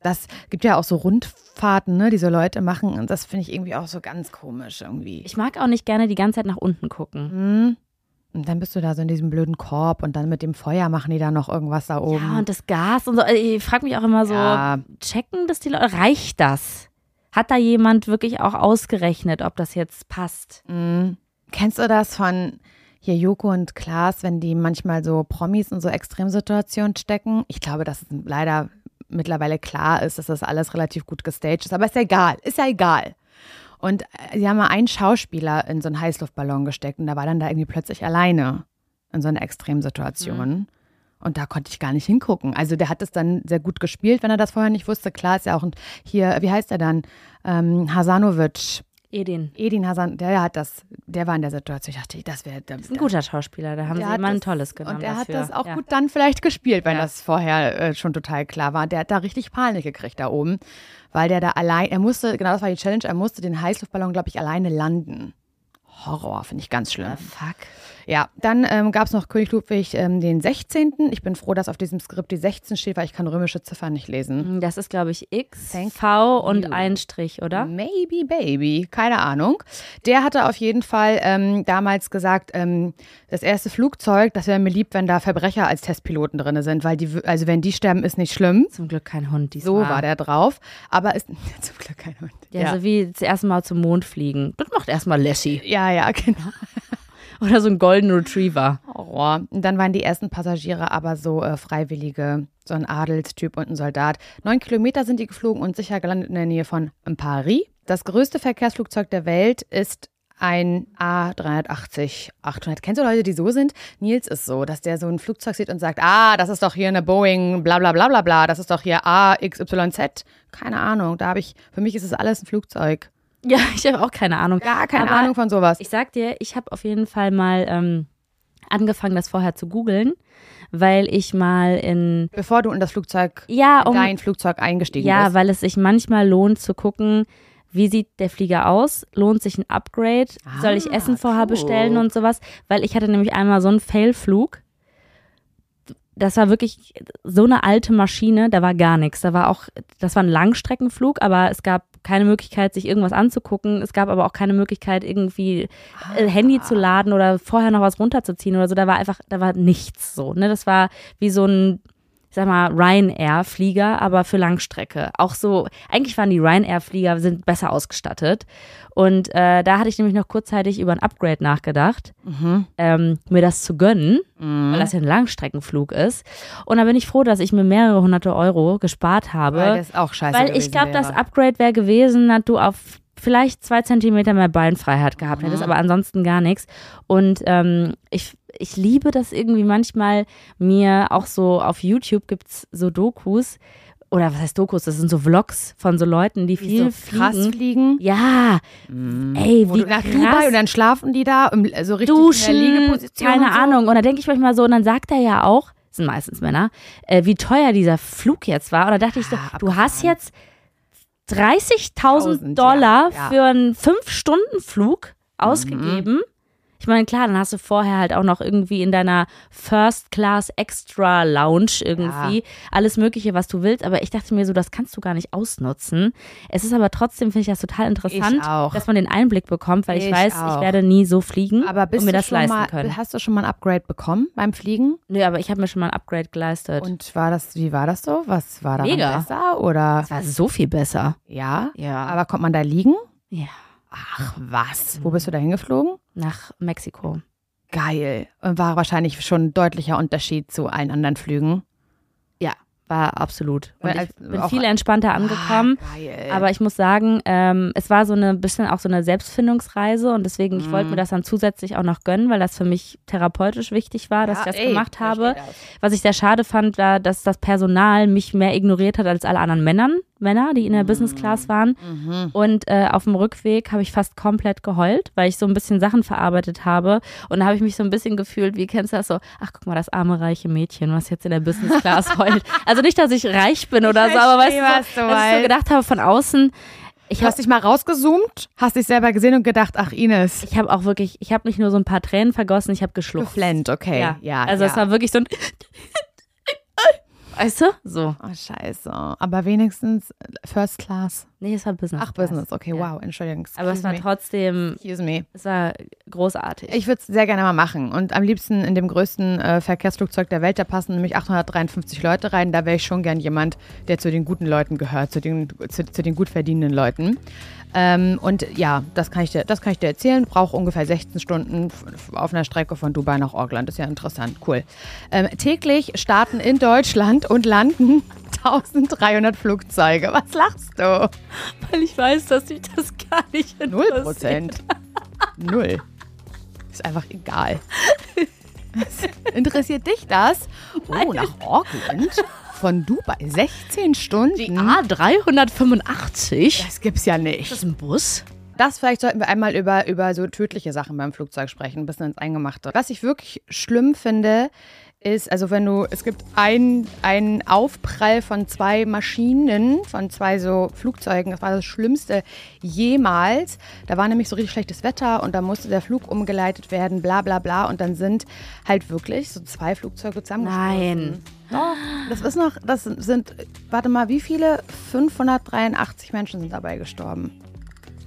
Speaker 3: Das gibt ja auch so Rundfahrten, ne, die so Leute machen. Und das finde ich irgendwie auch so ganz komisch irgendwie.
Speaker 2: Ich mag auch nicht gerne die ganze Zeit nach unten gucken.
Speaker 3: Hm. Und dann bist du da so in diesem blöden Korb und dann mit dem Feuer machen die da noch irgendwas da oben.
Speaker 2: Ja, und das Gas und so. Also, Ich frage mich auch immer so,
Speaker 3: Ja.
Speaker 2: checken das die Leute? Reicht das? Hat da jemand wirklich auch ausgerechnet, ob das jetzt passt?
Speaker 3: Mhm. Kennst du das von hier Joko und Klaas, wenn die manchmal so Promis in so Extremsituationen stecken? Ich glaube, dass es leider mittlerweile klar ist, dass das alles relativ gut gestaged ist, aber ist ja egal, ist ja egal. Und äh, sie haben mal einen Schauspieler in so einen Heißluftballon gesteckt und da war dann da irgendwie plötzlich alleine in so einer Extremsituation. Und da konnte ich gar nicht hingucken. Also der hat es dann sehr gut gespielt, wenn er das vorher nicht wusste. Klar ist ja auch ein, hier, wie heißt er dann? Ähm, Hasanovic.
Speaker 2: Edin.
Speaker 3: Edin Hasan, der hat das, der war in der Situation, ich dachte, das wäre
Speaker 2: Ist ein guter Schauspieler, da haben sie immer ein tolles genommen.
Speaker 3: Und er
Speaker 2: dafür.
Speaker 3: hat das auch
Speaker 2: ja.
Speaker 3: gut dann vielleicht gespielt, wenn
Speaker 2: Ja.
Speaker 3: das vorher äh, schon total klar war. Der hat da richtig Panik gekriegt da oben, weil der da allein, er musste, genau das war die Challenge, er musste den Heißluftballon, glaube ich, alleine landen. Horror, finde ich ganz schlimm.
Speaker 2: Ah, Fuck.
Speaker 3: Ja, dann ähm, gab es noch König Ludwig ähm, den 16. Ich bin froh, dass auf diesem Skript die 16 steht, weil ich kann römische Ziffern nicht lesen.
Speaker 2: Das ist, glaube ich, X,
Speaker 3: Thank
Speaker 2: V und
Speaker 3: you. Mhm.
Speaker 2: ein Strich, oder?
Speaker 3: Maybe Baby, keine Ahnung. Der hatte auf jeden Fall ähm, damals gesagt, ähm, das erste Flugzeug, das wäre mir lieb, wenn da Verbrecher als Testpiloten drin sind, weil die, w- also wenn die sterben, ist nicht schlimm.
Speaker 2: Zum Glück kein Hund
Speaker 3: So
Speaker 2: diesmal.
Speaker 3: war der drauf. Aber ist <laughs> zum Glück kein Hund.
Speaker 2: Ja, Ah. so wie das erste Mal zum Mond fliegen. Das macht erstmal Lassie.
Speaker 3: ja, ja, <laughs> genau.
Speaker 2: Oder so ein Golden
Speaker 3: <laughs>
Speaker 2: Retriever.
Speaker 3: Horror. Und dann waren die ersten Passagiere aber so äh, Freiwillige, so ein Adelstyp und ein Soldat. Neun Kilometer sind die geflogen und sicher gelandet in der Nähe von Paris. Das größte Verkehrsflugzeug der Welt ist ein A380-800. Kennst du Leute, die so sind? Nils ist so, dass der so ein Flugzeug sieht und sagt, ah, das ist doch hier eine Boeing, bla bla bla bla bla, das ist doch hier AXYZ. Keine Ahnung, da habe ich, für mich ist es alles ein Flugzeug.
Speaker 2: Ja, ich habe auch keine Ahnung.
Speaker 3: Gar keine
Speaker 2: Aber
Speaker 3: Ahnung von sowas.
Speaker 2: Ich sag dir, ich habe auf jeden Fall mal ähm, angefangen, das vorher zu googeln, weil ich mal in.
Speaker 3: Bevor du in das Flugzeug,
Speaker 2: Ja, um,
Speaker 3: dein Flugzeug eingestiegen
Speaker 2: ja,
Speaker 3: bist.
Speaker 2: weil es sich manchmal lohnt zu gucken, wie sieht der Flieger aus? Lohnt sich ein Upgrade? Soll ich
Speaker 3: Ah,
Speaker 2: Essen vorher
Speaker 3: cool.
Speaker 2: bestellen und sowas? Weil ich hatte nämlich einmal so einen Fail-Flug. Das war wirklich so eine alte Maschine, da war gar nichts. Da war auch, das war ein Langstreckenflug, aber es gab keine Möglichkeit, sich irgendwas anzugucken. Es gab aber auch keine Möglichkeit, irgendwie
Speaker 3: Ah.
Speaker 2: äh, Handy zu laden oder vorher noch was runterzuziehen oder so. Da war einfach, da war nichts so. Ne? Das war wie so ein ich sag mal, Ryanair-Flieger, aber für Langstrecke. Auch so, eigentlich waren die Ryanair-Flieger sind besser ausgestattet. Und äh, da hatte ich nämlich noch kurzzeitig über ein Upgrade nachgedacht,
Speaker 3: Mhm.
Speaker 2: ähm, mir das zu gönnen, weil das ja ein Langstreckenflug ist. Und da bin ich froh, dass ich mir mehrere hunderte Euro gespart habe.
Speaker 3: Weil das auch scheiße
Speaker 2: Weil ich
Speaker 3: gewesen
Speaker 2: glaube, das
Speaker 3: wäre.
Speaker 2: Upgrade wäre gewesen, dass du auf vielleicht zwei Zentimeter mehr Beinfreiheit gehabt hättest,
Speaker 3: Mhm.
Speaker 2: aber ansonsten gar nichts. Und ähm, ich, ich liebe das irgendwie manchmal mir auch so auf YouTube gibt es so Dokus oder was heißt Dokus? Das sind so Vlogs von so Leuten, die
Speaker 3: Die
Speaker 2: viel
Speaker 3: so krass
Speaker 2: fliegen.
Speaker 3: fliegen. Mhm.
Speaker 2: Ja, ey,
Speaker 3: Wo
Speaker 2: wie
Speaker 3: du nach
Speaker 2: krass
Speaker 3: Dubai und dann schlafen die da im, so richtig in der
Speaker 2: duschen,
Speaker 3: Liegeposition.
Speaker 2: keine
Speaker 3: und so.
Speaker 2: Ahnung. Und da denke ich manchmal so, und dann sagt er ja auch, sind meistens Männer, äh, wie teuer dieser Flug jetzt war. Und da dachte ich so,
Speaker 3: Ah,
Speaker 2: du hast jetzt 30.000
Speaker 3: Tausend,
Speaker 2: Dollar
Speaker 3: ja, Mhm. ja.
Speaker 2: für einen 5-Stunden-Flug ausgegeben. Ich meine, klar, dann hast du vorher halt auch noch irgendwie in deiner First Class Extra Lounge irgendwie alles Mögliche, was du willst. Aber ich dachte mir so, das kannst du gar nicht ausnutzen. Es ist aber trotzdem, finde ich das total interessant,
Speaker 3: auch.
Speaker 2: dass man den Einblick bekommt, weil ich,
Speaker 3: Ich
Speaker 2: weiß, ich
Speaker 3: auch.
Speaker 2: werde nie so fliegen
Speaker 3: Aber
Speaker 2: und
Speaker 3: bist
Speaker 2: um mir
Speaker 3: du
Speaker 2: das
Speaker 3: schon
Speaker 2: leisten
Speaker 3: mal,
Speaker 2: können.
Speaker 3: hast du schon mal ein Upgrade bekommen beim Fliegen?
Speaker 2: Nö, aber ich habe mir schon mal ein Upgrade geleistet.
Speaker 3: Und war das, wie war das so? Was war da
Speaker 2: Mega.
Speaker 3: besser? Oder
Speaker 2: das war so viel besser.
Speaker 3: ja?
Speaker 2: Ja.
Speaker 3: Aber kommt man da liegen?
Speaker 2: Ja.
Speaker 3: Ach was. Wo bist du da hingeflogen?
Speaker 2: Nach Mexiko.
Speaker 3: Geil. Und war wahrscheinlich schon ein deutlicher Unterschied zu allen anderen Flügen.
Speaker 2: Ja, war absolut. Und
Speaker 3: Weil
Speaker 2: ich
Speaker 3: als-
Speaker 2: bin
Speaker 3: auch-
Speaker 2: viel entspannter angekommen.
Speaker 3: Ah, geil.
Speaker 2: Aber ich muss sagen, ähm, es war so eine bisschen auch so eine Selbstfindungsreise und deswegen, ich
Speaker 3: Mhm.
Speaker 2: wollte mir das dann zusätzlich auch noch gönnen, weil das für mich therapeutisch wichtig war, dass
Speaker 3: Ja,
Speaker 2: ich das
Speaker 3: ey,
Speaker 2: gemacht habe.
Speaker 3: verstehe das.
Speaker 2: Was ich sehr schade fand, war, dass das Personal mich mehr ignoriert hat als alle anderen Männern, Männer, die in
Speaker 3: Mhm.
Speaker 2: der Business Class waren. Und äh, auf dem Rückweg habe ich fast komplett geheult, weil ich so ein bisschen Sachen verarbeitet habe. Und da habe ich mich so ein bisschen gefühlt, wie kennst du das so? Ach, guck mal, das arme reiche Mädchen, was jetzt in der Business
Speaker 3: <laughs>
Speaker 2: Class heult. Also nicht, dass ich reich bin oder so, aber weißt
Speaker 3: verstehe,
Speaker 2: du, so, dass
Speaker 3: was du
Speaker 2: ich so
Speaker 3: meinst.
Speaker 2: gedacht habe von außen. Ich
Speaker 3: Du
Speaker 2: hab-
Speaker 3: hast dich mal rausgezoomt, hast dich selber gesehen und gedacht, ach Ines,
Speaker 2: ich habe auch wirklich, ich habe nicht nur so ein paar Tränen vergossen, ich habe geschluchzt.
Speaker 3: geflennt, okay.
Speaker 2: Ja,
Speaker 3: Ja, ja.
Speaker 2: Also es war wirklich so ein. <laughs> Weißt du? So.
Speaker 3: Oh, scheiße. Aber wenigstens äh, First Class.
Speaker 2: Nee, es war Business.
Speaker 3: Ach,
Speaker 2: Class.
Speaker 3: Business. Okay,
Speaker 2: Ja.
Speaker 3: wow. Entschuldigung. Excuse
Speaker 2: Aber es war
Speaker 3: me.
Speaker 2: trotzdem,
Speaker 3: Excuse me.
Speaker 2: es war großartig.
Speaker 3: Ich würde es sehr gerne mal machen. Und am liebsten in dem größten äh, Verkehrsflugzeug der Welt. Da passen nämlich 853 Leute rein. Da wäre ich schon gern jemand, der zu den guten Leuten gehört, zu den, zu, zu den gut verdienenden Leuten. Ähm, und ja, das kann ich dir, das kann ich dir erzählen. Brauche ungefähr 16 Stunden f- f- auf einer Strecke von Dubai nach Auckland. Ist ja interessant, cool. Ähm, täglich starten in Deutschland und landen <laughs> 1300 Flugzeuge. Was lachst du?
Speaker 2: weil ich weiß, dass ich das gar nicht
Speaker 3: Null Prozent. Null. Ist einfach egal. Interessiert dich das? Oh, nach Auckland? Von Dubai. 16 Stunden?
Speaker 2: A385?
Speaker 3: Das gibt's ja nicht.
Speaker 2: Das ist ein Bus?
Speaker 3: Das vielleicht sollten wir einmal über, über so tödliche Sachen beim Flugzeug sprechen, ein bisschen ins Eingemachte. Was ich wirklich schlimm finde, ist, also wenn du, es gibt ein- einen Aufprall von zwei Maschinen, von zwei so Flugzeugen, das war das Schlimmste jemals. Da war nämlich so richtig schlechtes Wetter und da musste der Flug umgeleitet werden, bla bla bla. Und dann sind halt wirklich so zwei Flugzeuge zusammengestoßen.
Speaker 2: Nein.
Speaker 3: Doch, das ist noch, das sind, warte mal, wie viele? 583 Menschen sind dabei gestorben.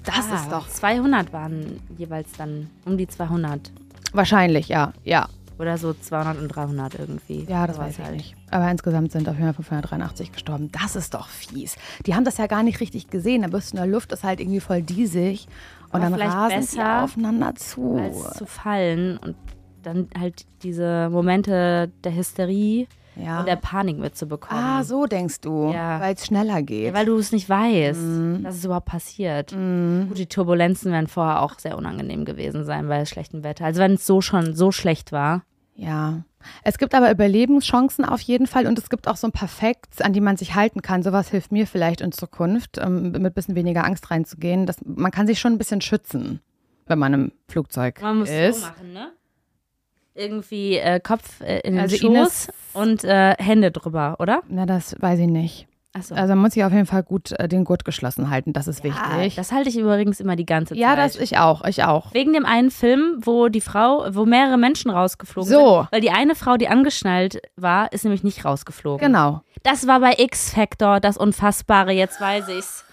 Speaker 3: Ah. Das ist doch
Speaker 2: 200 waren jeweils dann um die 200.
Speaker 3: Wahrscheinlich, ja. Ja,
Speaker 2: Oder so 200 und 300 irgendwie.
Speaker 3: ja das
Speaker 2: Sowas
Speaker 3: weiß ich
Speaker 2: halt.
Speaker 3: nicht. Aber insgesamt sind auf jeden Fall 583 gestorben. Das ist doch fies. Die haben das ja gar nicht richtig gesehen. Da bist du in der Luft, ist halt irgendwie voll diesig. Und
Speaker 2: Aber
Speaker 3: dann
Speaker 2: vielleicht
Speaker 3: rasen sie
Speaker 2: besser
Speaker 3: aufeinander zu.
Speaker 2: als zu fallen und dann halt diese Momente der Hysterie
Speaker 3: Ja.
Speaker 2: und der Panik mitzubekommen.
Speaker 3: ah, so denkst du,
Speaker 2: Ja.
Speaker 3: weil es schneller geht.
Speaker 2: Ja, weil du es nicht weißt,
Speaker 3: Mhm.
Speaker 2: dass es überhaupt passiert. Gut, die Turbulenzen werden vorher auch sehr unangenehm gewesen sein bei schlechtem Wetter. Also wenn es so schon so schlecht war.
Speaker 3: Ja. Es gibt aber Überlebenschancen auf jeden Fall und es gibt auch so ein paar Facts, an die man sich halten kann. Sowas hilft mir vielleicht in Zukunft, ähm, mit ein bisschen weniger Angst reinzugehen. Das, man kann sich schon ein bisschen schützen, wenn man im Flugzeug
Speaker 2: Man muss es
Speaker 3: ist.
Speaker 2: so machen, ne? Irgendwie äh, Kopf äh, in den
Speaker 3: Also
Speaker 2: Schoß
Speaker 3: Ines-
Speaker 2: und äh, Hände drüber, oder?
Speaker 3: Na, das weiß ich nicht.
Speaker 2: Achso.
Speaker 3: Also man muss sich auf jeden Fall gut äh, den Gurt geschlossen halten, das ist wichtig.
Speaker 2: Ah, Das halte ich übrigens immer die ganze Zeit.
Speaker 3: ja, das ich auch, ich auch.
Speaker 2: Wegen dem einen Film, wo die Frau, wo mehrere Menschen rausgeflogen
Speaker 3: So.
Speaker 2: sind. Weil die eine Frau, die angeschnallt war, ist nämlich nicht rausgeflogen.
Speaker 3: Genau.
Speaker 2: Das war bei X-Factor, das Unfassbare, jetzt weiß ich's.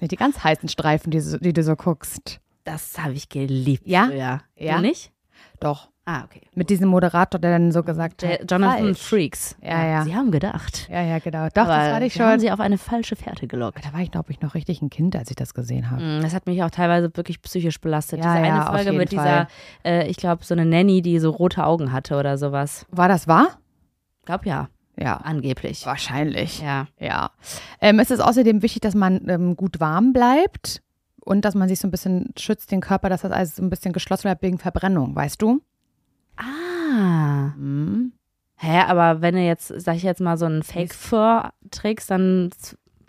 Speaker 3: Die ganz heißen Streifen, die, so- die du so guckst.
Speaker 2: Das habe ich geliebt.
Speaker 3: Ja?
Speaker 2: Früher.
Speaker 3: Ja.
Speaker 2: Du nicht?
Speaker 3: Doch.
Speaker 2: Ah, okay.
Speaker 3: Mit diesem Moderator, der dann so gesagt
Speaker 2: Der
Speaker 3: hat.
Speaker 2: Jonathan
Speaker 3: falsch.
Speaker 2: Freaks.
Speaker 3: Ja, ja.
Speaker 2: Sie haben gedacht.
Speaker 3: Ja, ja, genau. Doch, das war
Speaker 2: Aber
Speaker 3: ich
Speaker 2: wir haben
Speaker 3: schon.
Speaker 2: sie auf eine falsche Fährte gelockt.
Speaker 3: Da war ich, glaube ich, noch richtig ein Kind, als ich das gesehen habe.
Speaker 2: Mm, Das hat mich auch teilweise wirklich psychisch belastet.
Speaker 3: Ja,
Speaker 2: Diese eine
Speaker 3: ja, auf
Speaker 2: Folge
Speaker 3: jeden
Speaker 2: mit
Speaker 3: Fall.
Speaker 2: dieser, äh, ich glaube, so eine Nanny, die so rote Augen hatte oder sowas.
Speaker 3: War das wahr?
Speaker 2: Glaub ja, Ah,
Speaker 3: Ja.
Speaker 2: angeblich.
Speaker 3: Wahrscheinlich. Ja.
Speaker 2: Ja.
Speaker 3: Ähm, es ist außerdem wichtig, dass man ähm, gut warm bleibt und dass man sich so ein bisschen schützt, den Körper, dass das alles so ein bisschen geschlossen bleibt wegen Verbrennung, weißt du?
Speaker 2: Ah.
Speaker 3: Mhm.
Speaker 2: Hä, aber wenn du jetzt, sag ich jetzt mal, so einen Fake-Fur trägst, dann,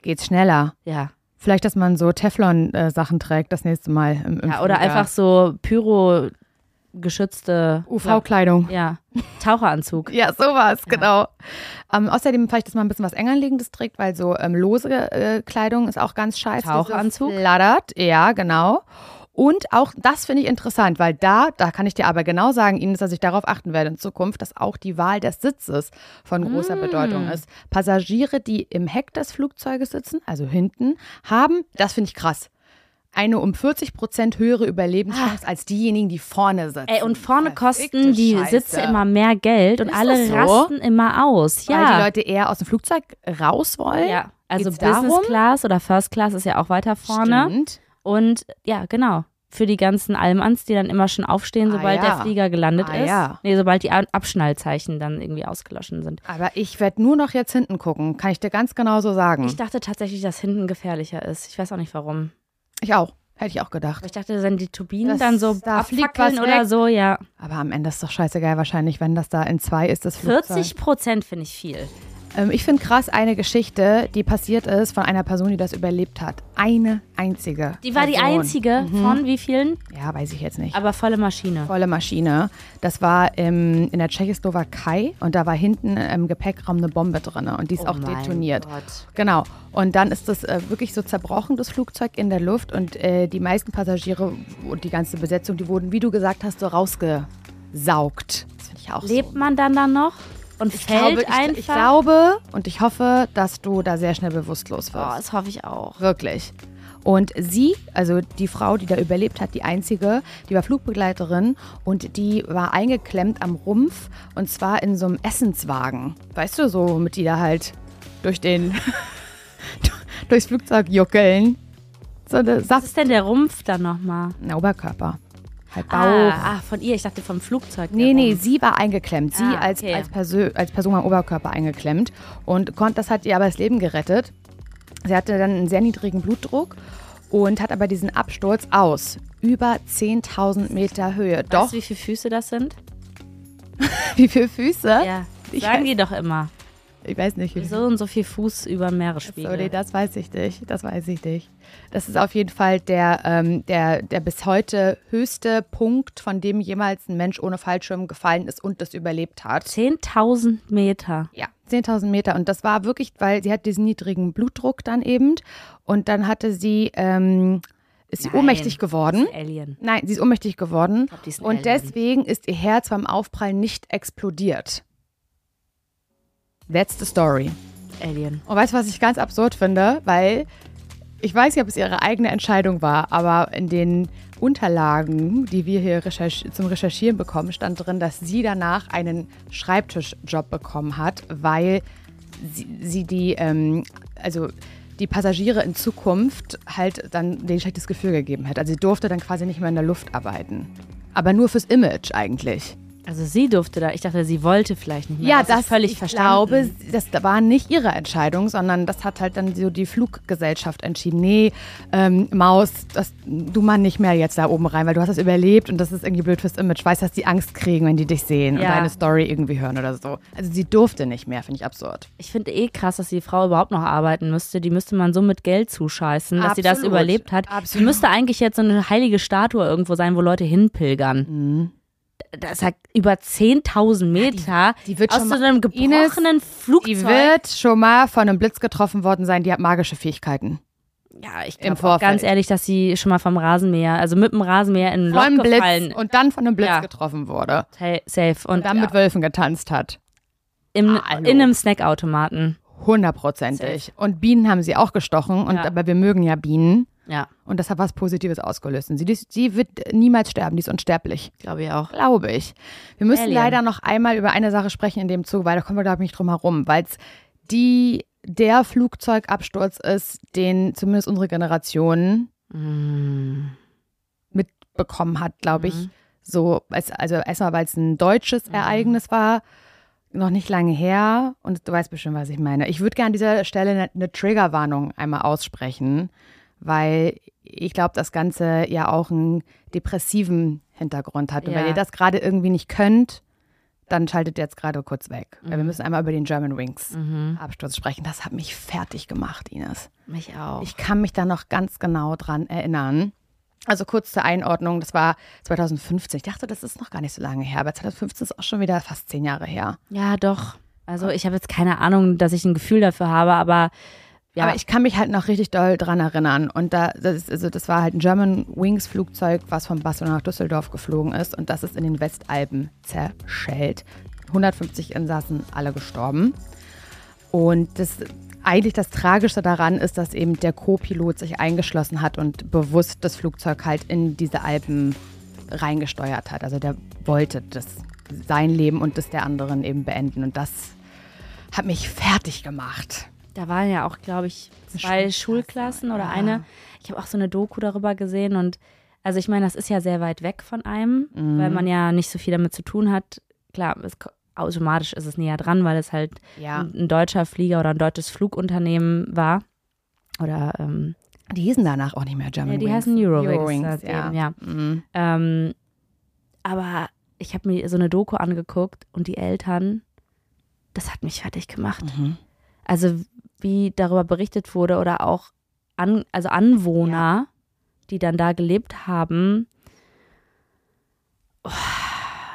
Speaker 3: Geht's schneller.
Speaker 2: ja.
Speaker 3: Vielleicht, dass äh, man so Teflon-Sachen trägt das nächste Mal im, im
Speaker 2: ja oder
Speaker 3: Flieger.
Speaker 2: einfach so Pyro. geschützte
Speaker 3: UV-Kleidung.
Speaker 2: ja,
Speaker 3: <laughs>
Speaker 2: Taucheranzug.
Speaker 3: Ja, sowas, genau. Ähm, außerdem vielleicht, dass man ein bisschen was Engerlegendes trägt, weil so ähm, lose äh, Kleidung ist auch ganz scheiße.
Speaker 2: Tauchanzug?
Speaker 3: Laddert, ja, genau. Und auch das finde ich interessant, weil da, da kann ich dir aber genau sagen, Ihnen, dass ich darauf achten werde in Zukunft, dass auch die Wahl des Sitzes von großer
Speaker 2: Mm.
Speaker 3: Bedeutung ist. Passagiere, die im Heck des Flugzeuges sitzen, also hinten, haben, das finde ich krass, eine um 40 Prozent höhere Überlebenschance als diejenigen, die vorne sitzen.
Speaker 2: Ah. Ey, und vorne
Speaker 3: Verfickte
Speaker 2: kosten die
Speaker 3: Scheiße.
Speaker 2: Sitze immer mehr Geld und alle
Speaker 3: das so?
Speaker 2: rasten immer aus.
Speaker 3: Weil
Speaker 2: Ja.
Speaker 3: die Leute eher aus dem Flugzeug raus wollen.
Speaker 2: ja. Also
Speaker 3: Geht's
Speaker 2: Business
Speaker 3: darum?
Speaker 2: Class oder First Class ist ja auch weiter vorne.
Speaker 3: Stimmt.
Speaker 2: Und ja, genau. Für die ganzen Almans, die dann immer schon aufstehen,
Speaker 3: Ah,
Speaker 2: sobald
Speaker 3: ja.
Speaker 2: der Flieger gelandet
Speaker 3: Ah,
Speaker 2: ist.
Speaker 3: ja. Hm.
Speaker 2: Nee, sobald die Ab- Abschnallzeichen dann irgendwie ausgelöschen sind.
Speaker 3: Aber ich werde nur noch jetzt hinten gucken, kann ich dir ganz genau so sagen.
Speaker 2: Ich dachte tatsächlich, dass hinten gefährlicher ist. Ich weiß auch nicht warum.
Speaker 3: Ich auch. Hätte ich auch gedacht.
Speaker 2: Aber ich dachte, wenn die Turbinen
Speaker 3: Das-
Speaker 2: dann so
Speaker 3: da fliegt
Speaker 2: abfackeln
Speaker 3: was
Speaker 2: oder
Speaker 3: weg.
Speaker 2: so, ja.
Speaker 3: Aber am Ende ist doch scheißegal wahrscheinlich, wenn das da in zwei ist, das Flugzeug.
Speaker 2: 40 Prozent finde ich viel.
Speaker 3: Ähm, ich finde krass eine Geschichte, die passiert ist von einer Person, die das überlebt hat. Eine einzige.
Speaker 2: Die war die
Speaker 3: Person. Mhm.
Speaker 2: einzige von wie vielen?
Speaker 3: Ja, weiß ich jetzt nicht.
Speaker 2: Aber volle Maschine.
Speaker 3: volle Maschine. Das war ähm, in der Tschechoslowakei und da war hinten im Gepäckraum eine Bombe drin und die ist
Speaker 2: Oh
Speaker 3: auch
Speaker 2: mein
Speaker 3: detoniert.
Speaker 2: Gott.
Speaker 3: Genau. Und dann ist das äh, wirklich so zerbrochen, das Flugzeug in der Luft und äh, die meisten Passagiere und die ganze Besetzung, die wurden, wie du gesagt hast, so rausgesaugt. Das finde ich auch
Speaker 2: Lebt
Speaker 3: so.
Speaker 2: man dann da noch und
Speaker 3: Ich
Speaker 2: fällt
Speaker 3: glaube, ich,
Speaker 2: einfach?
Speaker 3: ich glaube und ich hoffe, dass du da sehr schnell bewusstlos
Speaker 2: oh,
Speaker 3: wirst.
Speaker 2: das hoffe ich auch.
Speaker 3: Wirklich. Und sie, also die Frau, die da überlebt hat, die einzige, die war Flugbegleiterin und die war eingeklemmt am Rumpf und zwar in so einem Essenswagen. Weißt du, so mit die da halt durch den <laughs> durchs Flugzeug juckeln. So eine
Speaker 2: Was
Speaker 3: Saft,
Speaker 2: ist denn der Rumpf dann nochmal?
Speaker 3: ein Oberkörper. Halt Bauch.
Speaker 2: Ah, ah, von ihr. Ich dachte vom Flugzeug.
Speaker 3: Nee,
Speaker 2: der
Speaker 3: nee,
Speaker 2: Rumpf.
Speaker 3: sie war eingeklemmt. Sie
Speaker 2: Ah,
Speaker 3: als,
Speaker 2: okay.
Speaker 3: als, Persö als Person am Oberkörper eingeklemmt. Und konnte, das hat ihr aber das Leben gerettet. Sie hatte dann einen sehr niedrigen Blutdruck und hat aber diesen Absturz aus über 10.000 Meter Höhe.
Speaker 2: Weißt
Speaker 3: Doch,
Speaker 2: du, wie viele Füße das sind?
Speaker 3: <laughs> wie viele Füße?
Speaker 2: Ja.
Speaker 3: Ich
Speaker 2: Sagen
Speaker 3: weiß-
Speaker 2: die doch immer.
Speaker 3: Ich weiß nicht. Wie
Speaker 2: So und so viel Fuß über dem Meeresspiegel.
Speaker 3: So, nee, das weiß ich nicht. Das weiß ich nicht. Das ist auf jeden Fall der, ähm, der, der bis heute höchste Punkt, von dem jemals ein Mensch ohne Fallschirm gefallen ist und das überlebt hat.
Speaker 2: 10.000 Meter.
Speaker 3: Ja, 10.000 Meter. Und das war wirklich, weil sie hat diesen niedrigen Blutdruck dann eben. Und dann hatte sie, ähm, ist sie
Speaker 2: Nein.
Speaker 3: ohnmächtig geworden.
Speaker 2: Alien.
Speaker 3: Nein, sie ist ohnmächtig geworden.
Speaker 2: glaub, die ist ein
Speaker 3: und
Speaker 2: Alien.
Speaker 3: deswegen ist ihr Herz beim Aufprall nicht explodiert. That's the story.
Speaker 2: Alien.
Speaker 3: Und weißt du, was ich ganz absurd finde? Weil ich weiß nicht, ob es ihre eigene Entscheidung war, aber in den Unterlagen, die wir hier recherch zum Recherchieren bekommen, stand drin, dass sie danach einen Schreibtischjob bekommen hat, weil sie, sie die, ähm, also die Passagiere in Zukunft halt dann denen ein schlechtes Gefühl gegeben hat. Also sie durfte dann quasi nicht mehr in der Luft arbeiten. Aber nur fürs Image eigentlich.
Speaker 2: Also sie durfte da. Ich dachte, sie wollte vielleicht nicht mehr.
Speaker 3: Ja,
Speaker 2: Das ist
Speaker 3: das
Speaker 2: völlig
Speaker 3: ich
Speaker 2: verstanden.
Speaker 3: glaube, das war nicht ihre Entscheidung, sondern das hat halt dann so die Fluggesellschaft entschieden. Nee, ähm, Maus, das, du mal nicht mehr jetzt da oben rein, weil du hast das überlebt und das ist irgendwie blöd fürs Image. Weißt, dass die Angst kriegen, wenn die dich sehen
Speaker 2: Ja.
Speaker 3: und deine Story irgendwie hören oder so. Also sie durfte nicht mehr, finde ich absurd.
Speaker 2: Ich finde eh krass, dass die Frau überhaupt noch arbeiten müsste. Die müsste man so mit Geld zuscheißen, dass sie das
Speaker 3: Absolut.
Speaker 2: überlebt hat. Die
Speaker 3: Absolut.
Speaker 2: müsste eigentlich jetzt so eine heilige Statue irgendwo sein, wo Leute hinpilgern. Das hat über 10.000 Meter
Speaker 3: Mhm. die wird
Speaker 2: aus
Speaker 3: schon
Speaker 2: so
Speaker 3: mal-
Speaker 2: einem
Speaker 3: Ines,
Speaker 2: gebrochenen Flugzeug.
Speaker 3: Die wird schon mal von einem Blitz getroffen worden sein, die hat magische Fähigkeiten.
Speaker 2: ja, ich
Speaker 3: im
Speaker 2: glaube ganz
Speaker 3: Vorfeld.
Speaker 2: ehrlich, dass sie schon mal vom Rasenmäher, also mit dem Rasenmäher in ein
Speaker 3: Von einem
Speaker 2: Loch
Speaker 3: Blitz
Speaker 2: gefallen.
Speaker 3: und dann von einem Blitz
Speaker 2: Ja.
Speaker 3: getroffen wurde.
Speaker 2: Hey, safe. Und
Speaker 3: Und dann mit Wölfen getanzt hat.
Speaker 2: im,
Speaker 3: Hallo.
Speaker 2: in einem Snackautomaten.
Speaker 3: Hundertprozentig. Und Bienen haben sie auch gestochen, und,
Speaker 2: Ja.
Speaker 3: aber wir mögen ja Bienen.
Speaker 2: Ja,
Speaker 3: Und das hat was Positives ausgelöst. Und sie, die, sie wird niemals sterben, die ist unsterblich.
Speaker 2: glaube ich auch.
Speaker 3: Glaube ich. Wir müssen
Speaker 2: Alien.
Speaker 3: leider noch einmal über eine Sache sprechen in dem Zug, weil da kommen wir, glaube ich, nicht drum herum, weil es die der Flugzeugabsturz ist, den zumindest unsere Generation
Speaker 2: Mm.
Speaker 3: mitbekommen hat, glaube ich. So, als, also erstmal, weil es ein deutsches Ereignis war, noch nicht lange her. Und du weißt bestimmt, was ich meine. Ich würde gerne an dieser Stelle eine, eine Triggerwarnung einmal aussprechen, weil ich glaube, das Ganze ja auch einen depressiven Hintergrund hat. Und
Speaker 2: Ja.
Speaker 3: wenn ihr das gerade irgendwie nicht könnt, dann schaltet jetzt gerade kurz weg. Weil wir müssen einmal über den German Wings Absturz sprechen. Das hat mich fertig gemacht, Ines.
Speaker 2: Mich auch.
Speaker 3: Ich kann mich da noch ganz genau dran erinnern. Also kurz zur Einordnung, das war 2015. Ich dachte, das ist noch gar nicht so lange her, aber 2015 ist auch schon wieder fast zehn Jahre her.
Speaker 2: Ja, doch. Also ich habe jetzt keine Ahnung, dass ich ein Gefühl dafür habe, aber ja.
Speaker 3: Aber ich kann mich halt noch richtig doll dran erinnern. Und da, das, ist, also das war halt ein German Wings Flugzeug, was von Barcelona nach Düsseldorf geflogen ist. Und das ist in den Westalpen zerschellt. 150 Insassen, alle gestorben. Und das eigentlich das Tragischste daran ist, dass eben der Co-Pilot sich eingeschlossen hat und bewusst das Flugzeug halt in diese Alpen reingesteuert hat. Also der wollte das sein Leben und das der anderen eben beenden. Und das hat mich fertig gemacht.
Speaker 2: da waren ja auch, glaube ich, zwei Schulklassen oder eine. Ich habe auch so eine Doku darüber gesehen und also ich meine, das ist ja sehr weit weg von einem,
Speaker 3: Mhm.
Speaker 2: weil man ja nicht so viel damit zu tun hat. Klar, es, ko- automatisch ist es näher dran, weil es halt
Speaker 3: Ja.
Speaker 2: ein, ein deutscher Flieger oder ein deutsches Flugunternehmen war. Oder ähm,
Speaker 3: Die hießen danach auch nicht mehr German
Speaker 2: ja, die
Speaker 3: Wings.
Speaker 2: heißen Eurowings,
Speaker 3: Eurowings
Speaker 2: seitdem,
Speaker 3: ja.
Speaker 2: ja.
Speaker 3: Mhm.
Speaker 2: Ähm, aber ich habe mir so eine Doku angeguckt und die Eltern, das hat mich fertig gemacht.
Speaker 3: Mhm.
Speaker 2: Also wie darüber berichtet wurde oder auch an, also Anwohner, die dann da gelebt haben. Oh,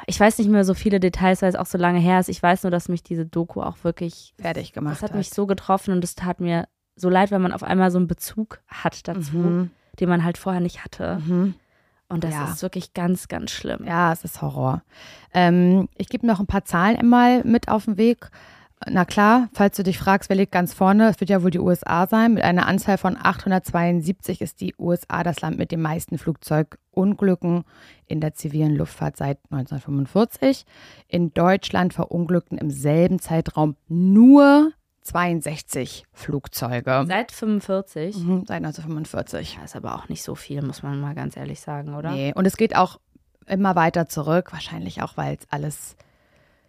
Speaker 2: Ich weiß nicht mehr so viele Details, weil es auch so lange her ist. Ich weiß nur, dass mich diese Doku auch wirklich,
Speaker 3: Fertig gemacht.
Speaker 2: das hat mich so getroffen und es tat mir so leid, weil man auf einmal so einen Bezug hat dazu,
Speaker 3: Mhm.
Speaker 2: den man halt vorher nicht hatte.
Speaker 3: Mhm.
Speaker 2: Und das
Speaker 3: Ja.
Speaker 2: ist wirklich ganz, ganz schlimm.
Speaker 3: Ja, es ist Horror. Ähm, ich gebe noch ein paar Zahlen einmal mit auf den Weg. Na klar, falls du dich fragst, wer liegt ganz vorne, es wird ja wohl die USA sein. Mit einer Anzahl von 872 ist die USA das Land mit den meisten Flugzeugunglücken in der zivilen Luftfahrt seit 1945. In Deutschland verunglückten im selben Zeitraum nur 62 Flugzeuge.
Speaker 2: Seit 45.
Speaker 3: Mhm, seit 1945.
Speaker 2: Ja, ist aber auch nicht so viel, muss man mal ganz ehrlich sagen, oder?
Speaker 3: Nee, und es geht auch immer weiter zurück, wahrscheinlich auch, weil es alles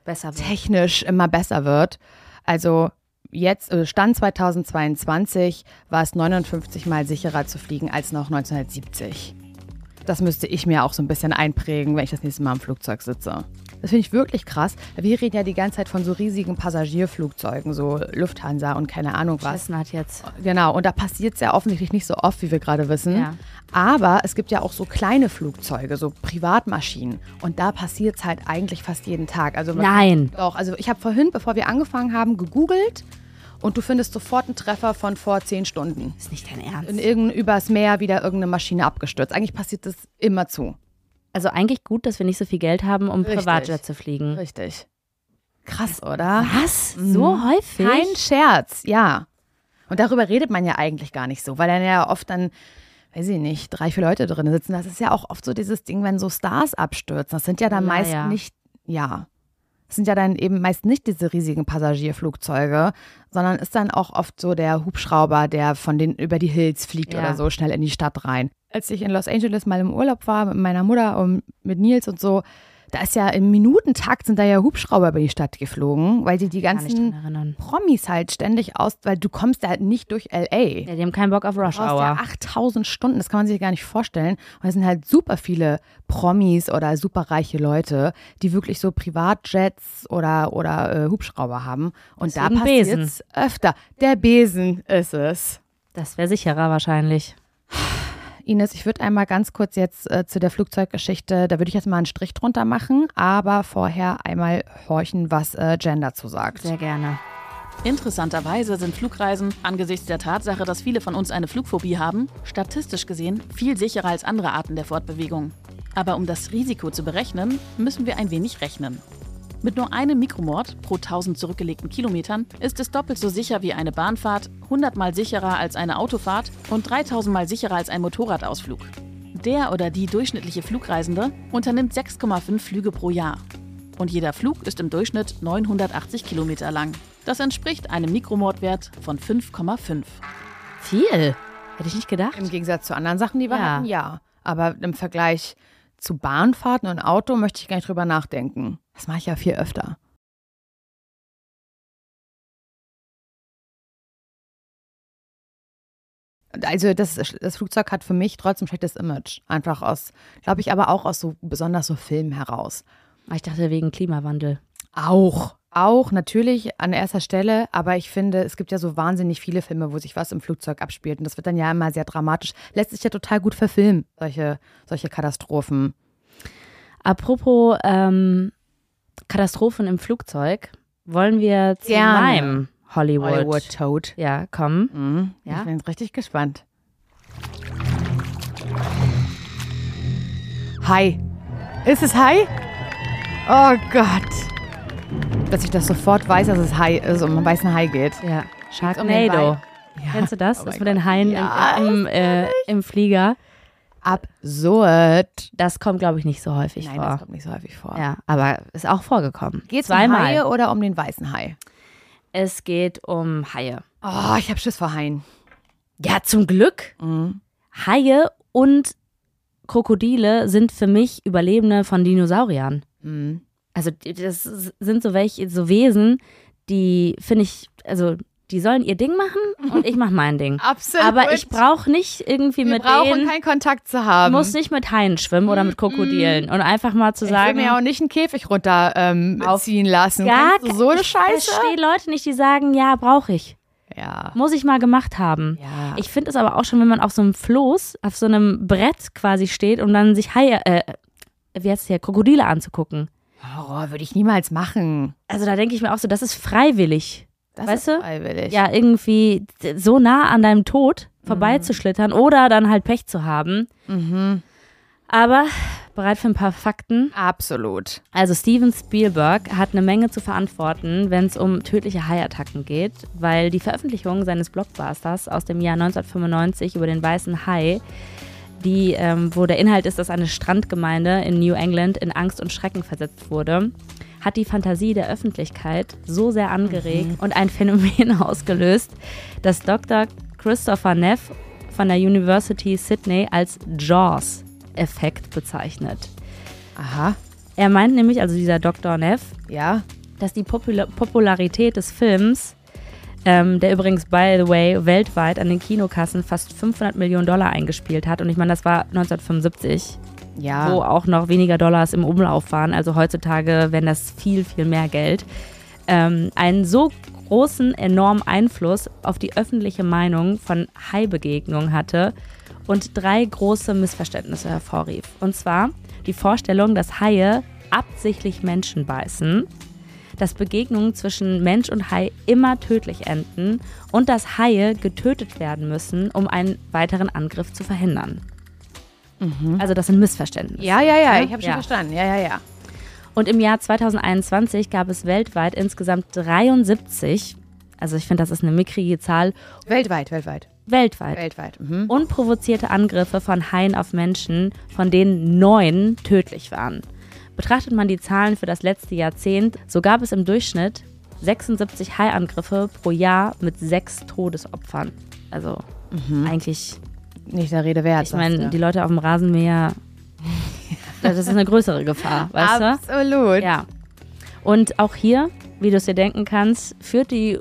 Speaker 2: Besser wird.
Speaker 3: technisch immer besser wird. Also jetzt, äh, Stand 2022, war es 59 Mal sicherer zu fliegen als noch 1970. Das müsste ich mir auch so ein bisschen einprägen, wenn ich das nächste Mal im Flugzeug sitze. Das finde ich wirklich krass. Wir reden ja die ganze Zeit von so riesigen Passagierflugzeugen, so Lufthansa und keine Ahnung was.
Speaker 2: Essen hat jetzt.
Speaker 3: Genau, und da passiert es ja offensichtlich nicht so oft, wie wir gerade wissen.
Speaker 2: Ja.
Speaker 3: Aber es gibt ja auch so kleine Flugzeuge, so Privatmaschinen. Und da passiert es halt eigentlich fast jeden Tag. Also man-
Speaker 2: Nein.
Speaker 3: Doch, also ich habe vorhin, bevor wir angefangen haben, gegoogelt und du findest sofort einen Treffer von vor zehn Stunden.
Speaker 2: Ist nicht dein
Speaker 3: In
Speaker 2: Ernst.
Speaker 3: irgendein, übers Meer wieder irgendeine Maschine abgestürzt. Eigentlich passiert das immer zu.
Speaker 2: Also eigentlich gut, dass wir nicht so viel Geld haben, um
Speaker 3: Richtig.
Speaker 2: Privatjet zu fliegen.
Speaker 3: Richtig. Krass, oder?
Speaker 2: Was? So häufig?
Speaker 3: Kein Scherz, ja. Und darüber redet man ja eigentlich gar nicht so, weil dann ja oft dann, weiß ich nicht, drei, vier Leute drin sitzen. Das ist ja auch oft so dieses Ding, wenn so Stars abstürzen. Das sind ja dann
Speaker 2: Ja,
Speaker 3: meist
Speaker 2: ja.
Speaker 3: nicht, ja. Das sind ja dann eben meist nicht diese riesigen Passagierflugzeuge, sondern ist dann auch oft so der Hubschrauber, der von den über die Hills fliegt
Speaker 2: Ja.
Speaker 3: oder so schnell in die Stadt rein. Als ich in Los Angeles mal im Urlaub war mit meiner Mutter und mit Nils und so, da ist ja im Minutentakt sind da ja Hubschrauber über die Stadt geflogen, weil die die
Speaker 2: Kann mich dran
Speaker 3: ganzen
Speaker 2: erinnern.
Speaker 3: Promis halt ständig aus, weil du kommst da halt nicht durch LA.
Speaker 2: Ja, die haben keinen Bock auf
Speaker 3: Du
Speaker 2: Rush
Speaker 3: brauchst ja
Speaker 2: Hour.
Speaker 3: 8000 Stunden, das kann man sich gar nicht vorstellen. Und es sind halt super viele Promis oder superreiche Leute, die wirklich so Privatjets oder, oder äh, Hubschrauber haben. Und da
Speaker 2: Deswegen
Speaker 3: passiert
Speaker 2: Besen.
Speaker 3: es öfter. Der Besen ist es.
Speaker 2: Das wäre sicherer wahrscheinlich.
Speaker 3: Ines, ich würde einmal ganz kurz jetzt äh, zu der Flugzeuggeschichte, da würde ich jetzt mal einen Strich drunter machen, aber vorher einmal horchen, was äh, Jen dazu sagt.
Speaker 2: Sehr gerne.
Speaker 1: Interessanterweise sind Flugreisen angesichts der Tatsache, dass viele von uns eine Flugphobie haben, statistisch gesehen viel sicherer als andere Arten der Fortbewegung. Aber um das Risiko zu berechnen, müssen wir ein wenig rechnen. Mit nur einem Mikromord pro 1000 zurückgelegten Kilometern ist es doppelt so sicher wie eine Bahnfahrt, 100 mal sicherer als eine Autofahrt und 3000 mal sicherer als ein Motorradausflug. Der oder die durchschnittliche Flugreisende unternimmt 6,5 Flüge pro Jahr. Und jeder Flug ist im Durchschnitt 980 Kilometer lang. Das entspricht einem Mikromordwert von 5,5.
Speaker 2: Viel. Hätte ich nicht gedacht.
Speaker 3: Im Gegensatz zu anderen Sachen, die wir
Speaker 2: Ja.
Speaker 3: hatten, ja. Aber im Vergleich zu Bahnfahrten und Auto möchte ich gar nicht drüber nachdenken. Das mache ich ja viel öfter. Also das, das Flugzeug hat für mich trotzdem ein schlechtes Image. Einfach aus,
Speaker 2: Ah,
Speaker 3: glaube ich, aber auch aus so besonders so Filmen heraus.
Speaker 2: Aber Ich dachte wegen Klimawandel.
Speaker 3: Auch. auch natürlich an erster Stelle, aber ich finde, es gibt ja so wahnsinnig viele Filme, wo sich was im Flugzeug abspielt und das wird dann ja immer sehr dramatisch. Lässt sich ja total gut verfilmen, solche, solche Katastrophen.
Speaker 2: Apropos ähm, Katastrophen im Flugzeug, wollen wir zu
Speaker 3: Gerne.
Speaker 2: meinem Hollywood,
Speaker 3: Hollywood Toad.
Speaker 2: ja, kommen.
Speaker 3: Mhm.
Speaker 2: Ja.
Speaker 3: Ich bin richtig gespannt. Hi. Ist es Hi? Oh Gott. Dass ich das sofort weiß, dass es Hi ist und man weiß, ein Hi geht.
Speaker 2: Ja,
Speaker 3: um den
Speaker 2: Sharknado.
Speaker 3: Wal.
Speaker 2: Kennst du das?
Speaker 3: oh
Speaker 2: das
Speaker 3: mein
Speaker 2: mit den Haien
Speaker 3: Ja,
Speaker 2: im, im, äh, im Flieger.
Speaker 3: Absurd.
Speaker 2: Das kommt, glaube ich, nicht so häufig
Speaker 3: Nein,
Speaker 2: vor.
Speaker 3: das kommt nicht so häufig vor.
Speaker 2: ja, aber ist auch vorgekommen.
Speaker 3: Geht's um
Speaker 2: Zweimal.
Speaker 3: Haie oder um den weißen Hai?
Speaker 2: Es geht um Haie.
Speaker 3: Oh, ich habe Schiss vor Haien.
Speaker 2: Ja, zum Glück.
Speaker 3: Mhm.
Speaker 2: Haie und Krokodile sind für mich Überlebende von Dinosauriern.
Speaker 3: Mhm.
Speaker 2: Also die- das ist- sind so welche, so Wesen, die finde ich, also die sollen ihr Ding machen
Speaker 3: <laughs>
Speaker 2: und ich mache mein Ding.
Speaker 3: Absolut.
Speaker 2: Aber ich brauche nicht irgendwie
Speaker 3: Wir
Speaker 2: mit
Speaker 3: brauchen
Speaker 2: denen,
Speaker 3: keinen Kontakt zu haben.
Speaker 2: muss nicht mit Haien schwimmen oder mit Krokodilen und einfach mal zu
Speaker 3: ich
Speaker 2: sagen,
Speaker 3: will mir auch nicht einen Käfig runterziehen ähm, ziehen lassen.
Speaker 2: gar
Speaker 3: Kennst du so eine
Speaker 2: ich
Speaker 3: Scheiße?
Speaker 2: verstehe Leute nicht, die sagen, ja, brauche ich,
Speaker 3: Ja.
Speaker 2: muss ich mal gemacht haben.
Speaker 3: ja.
Speaker 2: Mhm. Ich finde es aber auch schon, wenn man auf so einem Floß, auf so einem Brett quasi steht und dann sich Haie, äh, wie heißt es hier, Krokodile anzugucken.
Speaker 3: Horror würde ich niemals machen.
Speaker 2: Also da denke ich mir auch so, das ist freiwillig.
Speaker 3: Das
Speaker 2: Weißt
Speaker 3: ist
Speaker 2: du?
Speaker 3: freiwillig.
Speaker 2: Ja, irgendwie so nah an deinem Tod vorbeizuschlittern oder dann halt Pech zu haben.
Speaker 3: Mhm.
Speaker 2: Aber bereit für ein paar Fakten.
Speaker 3: Absolut.
Speaker 2: Also Steven Spielberg hat eine Menge zu verantworten, wenn es um tödliche Haiattacken geht, weil die Veröffentlichung seines Blockbusters aus dem Jahr 1995 über den weißen Hai, die, ähm, wo der Inhalt ist, dass eine Strandgemeinde in New England in Angst und Schrecken versetzt wurde, hat die Fantasie der Öffentlichkeit so sehr angeregt und ein Phänomen <laughs> ausgelöst, dass Dr. Christopher Neff von der University Sydney als Jaws-Effekt bezeichnet.
Speaker 3: Aha.
Speaker 2: Er meint nämlich, also dieser Dr. Neff,
Speaker 3: Ja.
Speaker 2: dass die Popula Popularität des Films, ähm, der übrigens, by the way, weltweit an den Kinokassen fast 500 Millionen Dollar eingespielt hat. Und ich meine, das war 1975,
Speaker 3: Ja.
Speaker 2: wo auch noch weniger Dollars im Umlauf waren. Also heutzutage wären das viel, viel mehr Geld. Ähm, einen so großen, enormen Einfluss auf die öffentliche Meinung von Hai-Begegnungen hatte und drei große Missverständnisse hervorrief. Und zwar die Vorstellung, dass Haie absichtlich Menschen beißen, dass Begegnungen zwischen Mensch und Hai immer tödlich enden und dass Haie getötet werden müssen, um einen weiteren Angriff zu verhindern. Also das sind Missverständnisse.
Speaker 3: Ja, ja, ja. Ich habe schon
Speaker 2: Ja.
Speaker 3: verstanden. Ja, ja, ja.
Speaker 2: Und im Jahr 2021 gab es weltweit insgesamt 73, also ich finde, das ist eine mickrige Zahl,
Speaker 3: Weltweit, weltweit.
Speaker 2: weltweit
Speaker 3: Weltweit. Mhm.
Speaker 2: unprovozierte Angriffe von Haien auf Menschen, von denen neun tödlich waren. Betrachtet man die Zahlen für das letzte Jahrzehnt, so gab es im Durchschnitt 76 Haiangriffe pro Jahr mit sechs Todesopfern. Also eigentlich,
Speaker 3: Nicht der Rede wert.
Speaker 2: ich
Speaker 3: sagst
Speaker 2: meine,
Speaker 3: du.
Speaker 2: die Leute auf dem Rasenmäher, das ist eine größere Gefahr, weißt du?
Speaker 3: Absolut.
Speaker 2: Ja. Und auch hier, wie du es dir denken kannst, führt die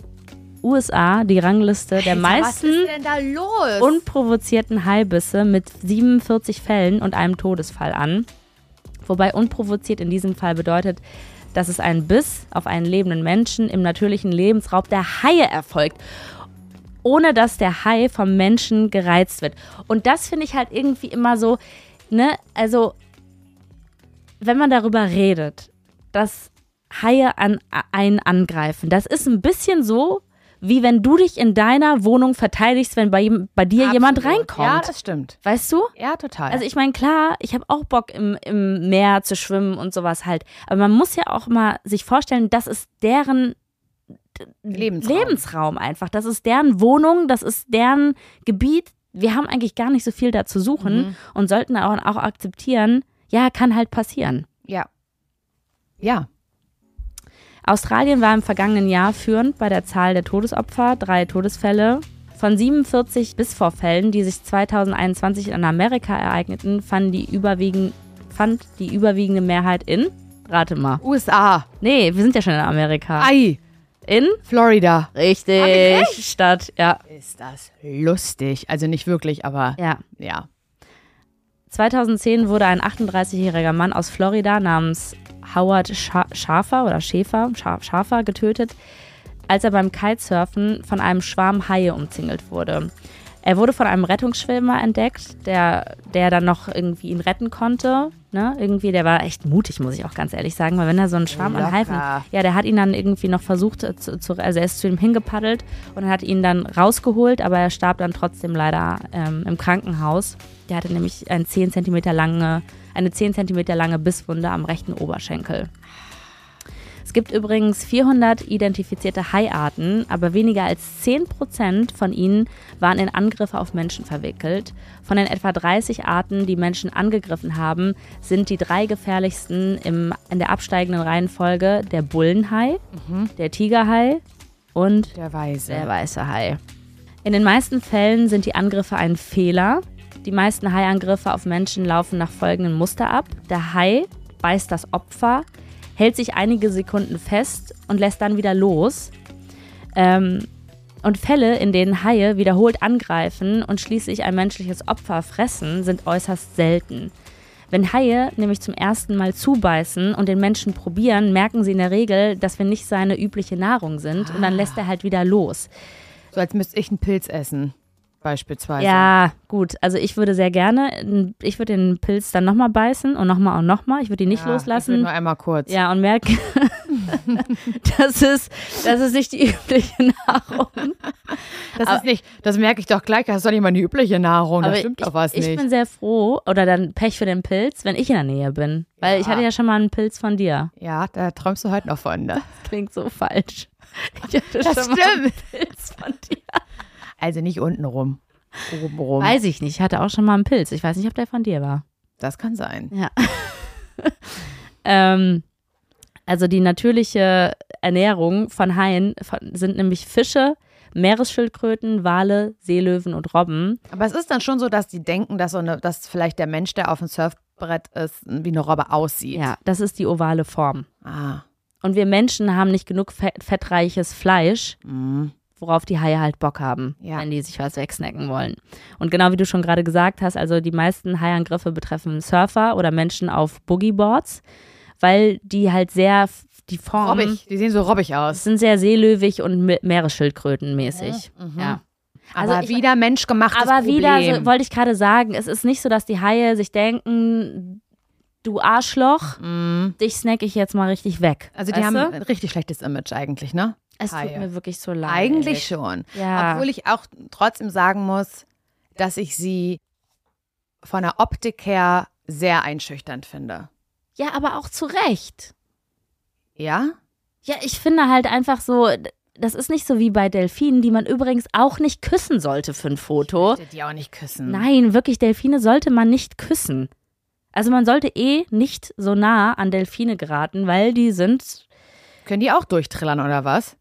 Speaker 2: USA die Rangliste der
Speaker 3: Was ist
Speaker 2: meisten
Speaker 3: denn da los?
Speaker 2: unprovozierten Haibisse mit 47 Fällen und einem Todesfall an. Wobei unprovoziert in diesem Fall bedeutet, dass es ein Biss auf einen lebenden Menschen im natürlichen Lebensraum der Haie erfolgt, ohne dass der Hai vom Menschen gereizt wird. Und das finde ich halt irgendwie immer so, ne, also wenn man darüber redet, dass Haie an einen angreifen, das ist ein bisschen so, wie wenn du dich in deiner Wohnung verteidigst, wenn bei, jem- bei dir jemand
Speaker 3: Absolut.
Speaker 2: reinkommt.
Speaker 3: Ja, das stimmt.
Speaker 2: weißt du?
Speaker 3: Ja, total.
Speaker 2: Also ich meine, klar, ich habe auch Bock im, im Meer zu schwimmen und sowas halt. Aber man muss ja auch mal sich vorstellen, das ist deren
Speaker 3: Lebensraum.
Speaker 2: Lebensraum einfach. Das ist deren Wohnung, das ist deren Gebiet. Wir haben eigentlich gar nicht so viel da zu suchen und sollten auch, auch akzeptieren, ja, kann halt passieren.
Speaker 3: ja. Ja.
Speaker 2: Australien war im vergangenen Jahr führend bei der Zahl der Todesopfer, drei Todesfälle. Von 47 Bissvorfällen, die sich 2021 in Amerika ereigneten, fand die, überwiegend, fand die überwiegende Mehrheit in, rate mal,
Speaker 3: USA.
Speaker 2: nee, wir sind ja schon in Amerika,
Speaker 3: Ei.
Speaker 2: in,
Speaker 3: Florida.
Speaker 2: richtig, Stadt, ja.
Speaker 3: Ist das lustig. Also nicht wirklich, aber
Speaker 2: ja.
Speaker 3: ja.
Speaker 2: 2010 wurde ein 38-jähriger Mann aus Florida namens Howard Scha Schafer oder Schäfer, Scha Schafer getötet, als er beim Kitesurfen von einem Schwarm Haie umzingelt wurde. Er wurde von einem Rettungsschwimmer entdeckt, der, der dann noch irgendwie ihn retten konnte. Ne? Irgendwie, der war echt mutig, muss ich auch ganz ehrlich sagen, weil wenn er so einen Schwarm an Haien,
Speaker 3: Locker.
Speaker 2: ja, der hat ihn dann irgendwie noch versucht, äh, zu, zu, also er ist zu ihm hingepaddelt und hat ihn dann rausgeholt, aber er starb dann trotzdem leider ähm, im Krankenhaus. Der hatte nämlich ein 10 cm lange, eine 10 cm lange Bisswunde am rechten Oberschenkel. Es gibt übrigens 400 identifizierte Haiarten, aber weniger als 10% von ihnen waren in Angriffe auf Menschen verwickelt. Von den etwa 30 Arten, die Menschen angegriffen haben, sind die drei gefährlichsten im, in der absteigenden Reihenfolge der Bullenhai, der Tigerhai und
Speaker 3: Der Weise.
Speaker 2: der weiße Hai. In den meisten Fällen sind die Angriffe ein Fehler. Die meisten Haiangriffe auf Menschen laufen nach folgendem Muster ab. Der Hai beißt das Opfer, hält sich einige Sekunden fest und lässt dann wieder los. Ähm, und Fälle, in denen Haie wiederholt angreifen und schließlich ein menschliches Opfer fressen, sind äußerst selten. Wenn Haie nämlich zum ersten Mal zubeißen und den Menschen probieren, merken sie in der Regel, dass wir nicht seine übliche Nahrung sind und dann lässt er halt wieder los.
Speaker 3: So als müsste ich einen Pilz essen, beispielsweise.
Speaker 2: Ja, gut. Also ich würde sehr gerne, ich würde den Pilz dann nochmal beißen und nochmal und nochmal. Ich würde ihn nicht
Speaker 3: Ja, Ich will
Speaker 2: loslassen.
Speaker 3: nur einmal kurz.
Speaker 2: Ja, und merke, <laughs> das ist, das ist nicht die übliche Nahrung.
Speaker 3: Das ist nicht, das merke ich doch gleich, das ist doch nicht meine übliche Nahrung, da stimmt
Speaker 2: ich,
Speaker 3: doch was
Speaker 2: ich
Speaker 3: nicht.
Speaker 2: bin sehr froh oder dann Pech für den Pilz, wenn ich in der Nähe bin. Weil ich
Speaker 3: Ja.
Speaker 2: hatte ja schon mal einen Pilz von dir.
Speaker 3: ja, da träumst du heute
Speaker 2: <laughs>
Speaker 3: noch von, ne?
Speaker 2: Das klingt so falsch. Ich hatte schon
Speaker 3: Das
Speaker 2: mal einen
Speaker 3: stimmt.
Speaker 2: Pilz von dir.
Speaker 3: Also nicht unten rum. Oben rum.
Speaker 2: Weiß ich nicht. Ich hatte auch schon mal einen Pilz. Ich weiß nicht, ob der von dir war.
Speaker 3: Das kann sein.
Speaker 2: Ja. ähm, also die natürliche Ernährung von Haien von, sind nämlich Fische, Meeresschildkröten, Wale, Seelöwen und Robben.
Speaker 3: Aber es ist dann schon so, dass die denken, dass, so eine, dass vielleicht der Mensch, der auf dem Surfbrett ist, wie eine Robbe aussieht.
Speaker 2: Ja, das ist die ovale Form.
Speaker 3: Ah.
Speaker 2: Und wir Menschen haben nicht genug fe- fettreiches Fleisch,
Speaker 3: Mhm.
Speaker 2: worauf die Haie halt Bock haben,
Speaker 3: Ja.
Speaker 2: wenn die sich was wegsnacken wollen. Und genau wie du schon gerade gesagt hast, also die meisten Haiangriffe betreffen Surfer oder Menschen auf Boogieboards, weil die halt sehr f- die Form
Speaker 3: Robbig. Die sehen so robbig
Speaker 2: Es
Speaker 3: aus.
Speaker 2: sind sehr seelöwig und Me- Meeresschildkrötenmäßig. Ja.
Speaker 3: Mhm. Aber
Speaker 2: Also ich-
Speaker 3: wieder menschgemachtes
Speaker 2: Aber wieder
Speaker 3: Problem.
Speaker 2: so, wollte ich gerade sagen, es ist nicht so, dass die Haie sich denken, du Arschloch,
Speaker 3: Mhm.
Speaker 2: dich snack ich jetzt mal richtig weg.
Speaker 3: also die
Speaker 2: Weißt
Speaker 3: haben
Speaker 2: du?
Speaker 3: ein richtig schlechtes Image eigentlich, ne?
Speaker 2: es tut
Speaker 3: Haie.
Speaker 2: mir wirklich so leid.
Speaker 3: Eigentlich schon.
Speaker 2: Ja.
Speaker 3: Obwohl ich auch trotzdem sagen muss, dass ich sie von der Optik her sehr einschüchternd finde.
Speaker 2: ja, aber auch zu Recht.
Speaker 3: Ja?
Speaker 2: Ja, ich finde halt einfach so, das ist nicht so wie bei Delfinen, die man übrigens auch nicht küssen sollte für ein Foto.
Speaker 3: Ich möchte die auch nicht küssen.
Speaker 2: Oh. Nein, wirklich, Delfine sollte man nicht küssen. Also man sollte eh nicht so nah an Delfine geraten, weil die sind,
Speaker 3: Können die auch durchtrillern oder was?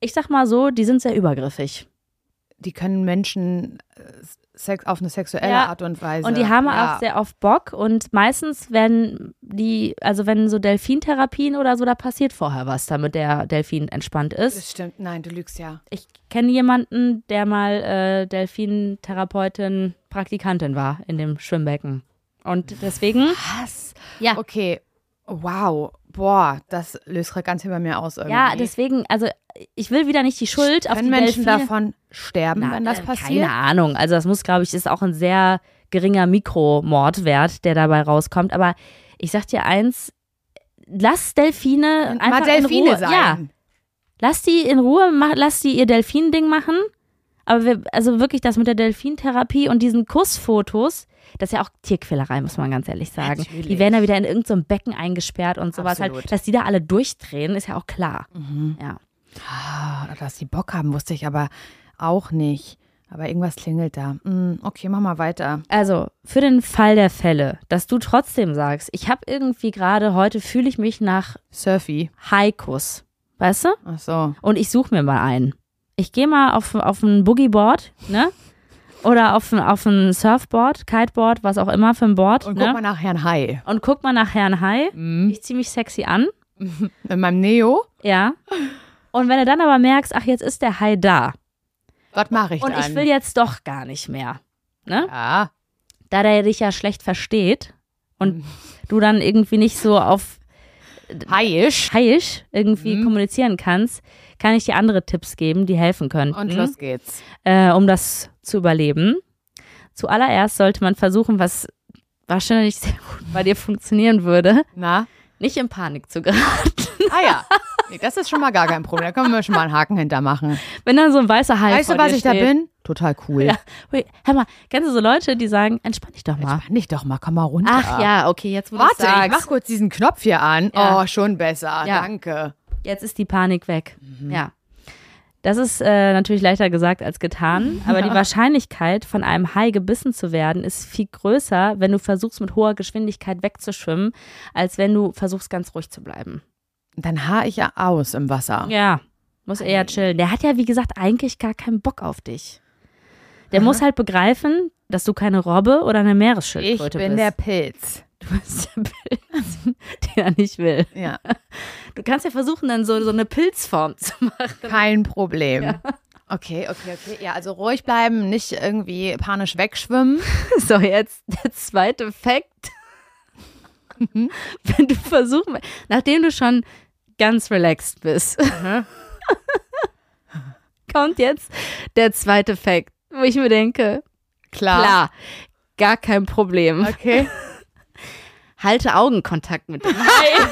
Speaker 2: ich sag mal so, die sind sehr übergriffig.
Speaker 3: Die können Menschen äh, sex auf eine sexuelle
Speaker 2: Ja.
Speaker 3: Art und Weise.
Speaker 2: Und die haben
Speaker 3: ja.
Speaker 2: auch sehr oft Bock und meistens werden die, also wenn so Delfintherapien oder so, da passiert vorher was, damit der Delfin entspannt ist.
Speaker 3: Das stimmt, nein, du lügst ja.
Speaker 2: Ich kenne jemanden, der mal äh, Delfintherapeutin, Praktikantin war in dem Schwimmbecken. Und deswegen,
Speaker 3: Was?
Speaker 2: ja,
Speaker 3: Okay. Wow. Boah, das löst gerade ganz viel bei mir aus irgendwie.
Speaker 2: ja, deswegen, also ich will wieder nicht die Schuld auf die
Speaker 3: Können Menschen
Speaker 2: Delfine.
Speaker 3: davon sterben,
Speaker 2: Na,
Speaker 3: wenn das
Speaker 2: äh,
Speaker 3: passiert?
Speaker 2: Keine Ahnung. Also das muss, glaube ich, ist auch ein sehr geringer Mikromordwert, der dabei rauskommt. Aber ich sag dir eins, lass Delfine einfach
Speaker 3: Mal Delfine
Speaker 2: in Ruhe.
Speaker 3: sein.
Speaker 2: Ja, lass die in Ruhe, mach, lass die ihr Delfin-Ding machen. Aber wir, also wirklich das mit der Delfintherapie und diesen Kussfotos, das ist ja auch Tierquälerei, muss man ganz ehrlich sagen.
Speaker 3: Natürlich.
Speaker 2: Die werden ja wieder in irgendeinem Becken eingesperrt und sowas
Speaker 3: Absolut. Mhm.
Speaker 2: halt. Dass die da alle durchdrehen, ist ja auch klar. Ja.
Speaker 3: Ah, dass die Bock haben, wusste ich aber auch nicht. Aber irgendwas klingelt da. Hm, okay, mach mal weiter.
Speaker 2: Also, für den Fall der Fälle, dass du trotzdem sagst, ich habe irgendwie gerade heute fühle ich mich nach
Speaker 3: Surfy.
Speaker 2: Haikus, weißt du?
Speaker 3: Ach so.
Speaker 2: Und ich suche mir mal einen. Ich gehe mal auf, auf ein Boogieboard, ne? Oder auf ein, auf ein Surfboard, Kiteboard, was auch immer für ein Board.
Speaker 3: Und
Speaker 2: ne?
Speaker 3: guck mal nach Herrn Hai.
Speaker 2: und guck mal nach Herrn Hai.
Speaker 3: Hm.
Speaker 2: Ich ziehe mich sexy an,
Speaker 3: In meinem Neo.
Speaker 2: ja. Und wenn du dann aber merkst, ach, jetzt ist der Hai da.
Speaker 3: Was mache ich
Speaker 2: Und
Speaker 3: dann?
Speaker 2: ich will jetzt doch gar nicht mehr. Ne?
Speaker 3: ja. Mhm.
Speaker 2: da der dich ja schlecht versteht und du dann irgendwie nicht so auf
Speaker 3: Haiisch.
Speaker 2: haiisch irgendwie
Speaker 3: Mhm.
Speaker 2: kommunizieren kannst, kann ich dir andere Tipps geben, die helfen könnten,
Speaker 3: Und los geht's.
Speaker 2: äh, um das zu überleben. Zuallererst sollte man versuchen, was wahrscheinlich sehr gut bei dir funktionieren würde,
Speaker 3: Na?
Speaker 2: nicht in Panik zu geraten.
Speaker 3: Ah ja. Nee, das ist schon mal gar kein Problem. Da können wir schon mal einen Haken hintermachen.
Speaker 2: <laughs> Wenn dann so ein weißer Hai
Speaker 3: weißt
Speaker 2: vor
Speaker 3: du, was
Speaker 2: dir
Speaker 3: ich da
Speaker 2: steht.
Speaker 3: bin? Total cool.
Speaker 2: Ja. Hui, hör mal, kennst du so Leute, die sagen, entspann dich doch mal.
Speaker 3: Entspann dich doch mal, komm mal runter.
Speaker 2: Ach ja, okay, jetzt wo du
Speaker 3: Warte, ich
Speaker 2: sagst.
Speaker 3: mach kurz diesen Knopf hier an.
Speaker 2: Ja.
Speaker 3: Oh, schon besser.
Speaker 2: Ja.
Speaker 3: Danke.
Speaker 2: jetzt ist die Panik weg.
Speaker 3: Mhm.
Speaker 2: Ja. Das ist äh, natürlich leichter gesagt als
Speaker 3: <laughs>
Speaker 2: getan, aber die Wahrscheinlichkeit, von einem Hai gebissen zu werden, ist viel größer, wenn du versuchst, mit hoher Geschwindigkeit wegzuschwimmen, als wenn du versuchst, ganz ruhig zu bleiben.
Speaker 3: Dann haar ich ja aus im Wasser.
Speaker 2: Ja, muss eher chillen. Der hat ja, wie gesagt, eigentlich gar keinen Bock auf dich. Der muss halt begreifen, dass du keine Robbe oder eine
Speaker 3: ich
Speaker 2: Meeresschildkröte
Speaker 3: bin
Speaker 2: bist.
Speaker 3: der Pilz.
Speaker 2: <laughs> du bist der Pilz, <laughs> den er nicht will. <laughs>
Speaker 3: Ja,
Speaker 2: Du kannst ja versuchen, dann so, so eine Pilzform zu machen.
Speaker 3: kein Problem. Okay, okay, okay. Ja, also ruhig bleiben, nicht irgendwie panisch wegschwimmen.
Speaker 2: So, jetzt der zweite Fakt. Mhm. Wenn du versuchst, nachdem du schon ganz relaxed bist, <laughs> kommt jetzt der zweite Fakt, wo ich mir denke,
Speaker 3: Klar.
Speaker 2: klar, gar kein Problem.
Speaker 3: Okay.
Speaker 2: Äh, Halte Augenkontakt mit dem Hai.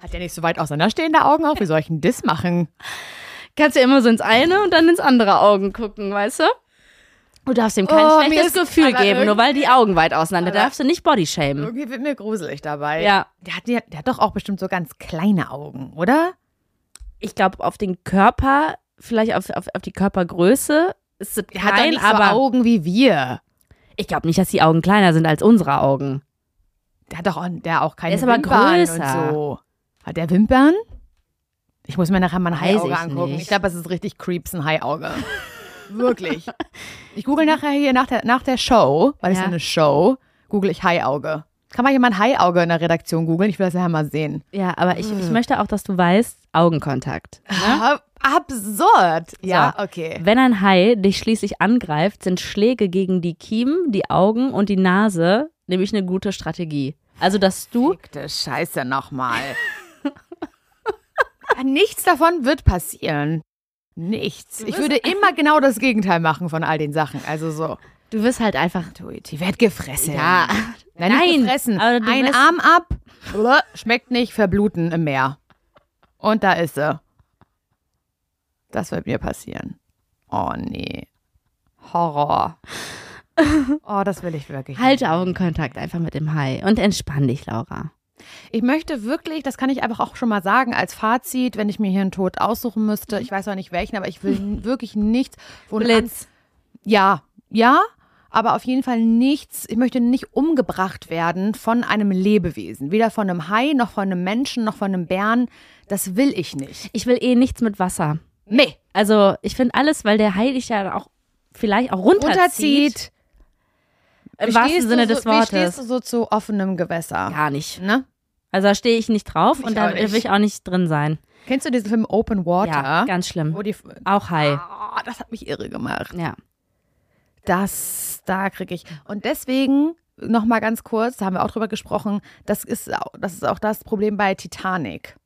Speaker 3: Hat der nicht so weit auseinanderstehende Augen auf? Wie soll ich denn das machen?
Speaker 2: <laughs> Kannst ja immer so ins eine und dann ins andere Augen gucken, weißt du? Du darfst ihm kein
Speaker 3: Oh, mir
Speaker 2: schlechtes
Speaker 3: ist-
Speaker 2: Gefühl
Speaker 3: aber
Speaker 2: geben, nur weil die Augen weit auseinander.
Speaker 3: aber-
Speaker 2: darfst du nicht bodyshamen.
Speaker 3: Irgendwie wird mir gruselig dabei.
Speaker 2: Hm. Ja.
Speaker 3: Der hat, ja- der hat doch auch bestimmt so ganz kleine Augen, oder?
Speaker 2: ich glaube, auf den Körper, vielleicht auf, auf, auf die Körpergröße ist es
Speaker 3: Der hat doch
Speaker 2: klein,
Speaker 3: nicht
Speaker 2: aber
Speaker 3: so Augen wie wir.
Speaker 2: ich glaube nicht, dass die Augen kleiner sind als unsere Augen.
Speaker 3: Der hat doch auch, der auch keine
Speaker 2: Der ist aber
Speaker 3: Wimpern
Speaker 2: größer.
Speaker 3: und so. Hat der Wimpern? Ich muss mir nachher mal ein
Speaker 2: Weiß
Speaker 3: Haiauge
Speaker 2: ich
Speaker 3: angucken.
Speaker 2: nicht.
Speaker 3: Ich glaube, es ist richtig creeps, ein Haiauge. Wirklich. Ich google nachher hier nach der, nach der Show, weil es
Speaker 2: Ja.
Speaker 3: ist eine Show, google ich Haiauge. Kann mal jemand Haiauge in der Redaktion googeln? Ich will das nachher mal sehen.
Speaker 2: <laughs> Ja, aber ich,
Speaker 3: Hm.
Speaker 2: ich möchte auch, dass du weißt, Augenkontakt. <laughs>
Speaker 3: Ab- Absurd. Ja, okay.
Speaker 2: Wenn ein Hai dich schließlich angreift, sind Schläge gegen die Kiemen, die Augen und die Nase nämlich eine gute Strategie. Also, dass du,
Speaker 3: Verfickte Scheiße nochmal. <laughs> Nichts davon wird passieren. Nichts.
Speaker 2: <laughs>
Speaker 3: Ich würde immer genau das Gegenteil machen von all den Sachen. Also so.
Speaker 2: du wirst halt einfach,
Speaker 3: Die wird gefressen.
Speaker 2: ja,
Speaker 3: Nein, nicht
Speaker 2: Nein,
Speaker 3: gefressen.
Speaker 2: aber du
Speaker 3: Ein
Speaker 2: wirst-
Speaker 3: Arm ab. Blö, Schmeckt nicht, verbluten im Meer. Und da ist sie. Das wird mir passieren. Oh nee.
Speaker 2: <laughs>
Speaker 3: Horror. Oh, das will ich wirklich. nicht.
Speaker 2: halte Augenkontakt einfach mit dem Hai und entspann dich, Laura.
Speaker 3: Ich möchte wirklich, das kann ich einfach auch schon mal sagen, als Fazit, wenn ich mir hier einen Tod aussuchen müsste, ich weiß noch nicht welchen, aber
Speaker 2: <laughs>
Speaker 3: ich will n- wirklich nichts. Wo eine
Speaker 2: Mhm. Blitz.
Speaker 3: An- Ja, ja, aber auf jeden Fall nichts. Ich möchte nicht umgebracht werden von einem Lebewesen. Weder von einem Hai, noch von einem Menschen, noch von einem Bären. Das will ich nicht.
Speaker 2: Ich will eh nichts mit Wasser.
Speaker 3: Nee.
Speaker 2: Also ich finde alles, weil der Hai dich ja auch vielleicht auch runterzieht.
Speaker 3: Unterzieht.
Speaker 2: Im
Speaker 3: Wie
Speaker 2: wahrsten
Speaker 3: stehst du
Speaker 2: Sinne
Speaker 3: so,
Speaker 2: des
Speaker 3: Wie stehst
Speaker 2: Wortes.
Speaker 3: du so zu offenem Gewässer?
Speaker 2: Gar nicht.
Speaker 3: Ne?
Speaker 2: Also da stehe ich nicht drauf und
Speaker 3: Ich
Speaker 2: da
Speaker 3: auch nicht.
Speaker 2: will ich auch nicht drin sein.
Speaker 3: Kennst du diesen Film Open Water?
Speaker 2: Ja, ganz
Speaker 3: wo
Speaker 2: schlimm.
Speaker 3: die,
Speaker 2: Auch Hai.
Speaker 3: Ah, das hat mich irre gemacht.
Speaker 2: Ja.
Speaker 3: Das, da kriege ich. Und deswegen noch mal ganz kurz, da haben wir auch drüber gesprochen, das ist, au- das ist auch das Problem bei Titanic.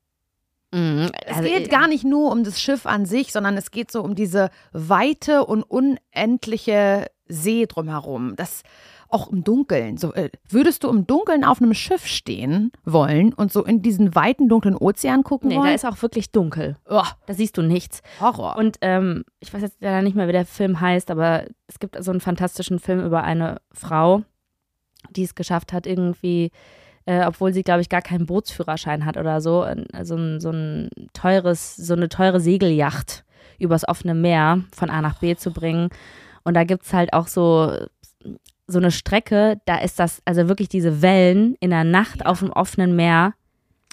Speaker 2: Mhm.
Speaker 3: Es
Speaker 2: Also,
Speaker 3: geht
Speaker 2: äh,
Speaker 3: gar nicht nur um das Schiff an sich, sondern es geht so um diese weite und unendliche See drumherum. Das auch im Dunkeln. So, äh, würdest du im Dunkeln auf einem Schiff stehen wollen und so in diesen weiten, dunklen Ozean gucken
Speaker 2: Nee,
Speaker 3: wollen?
Speaker 2: da ist auch wirklich dunkel.
Speaker 3: oh,
Speaker 2: Da siehst du nichts.
Speaker 3: Horror.
Speaker 2: Und ähm, ich weiß jetzt leider nicht mehr, wie der Film heißt, aber es gibt so einen fantastischen Film über eine Frau, die es geschafft hat, irgendwie, äh, obwohl sie, glaube ich, gar keinen Bootsführerschein hat oder so, äh, so ein, so ein teures, so eine teure Segelyacht übers offene Meer von A nach B zu bringen. Und da gibt es halt auch so, so eine Strecke, da ist das, also wirklich diese Wellen in der Nacht auf dem offenen Meer.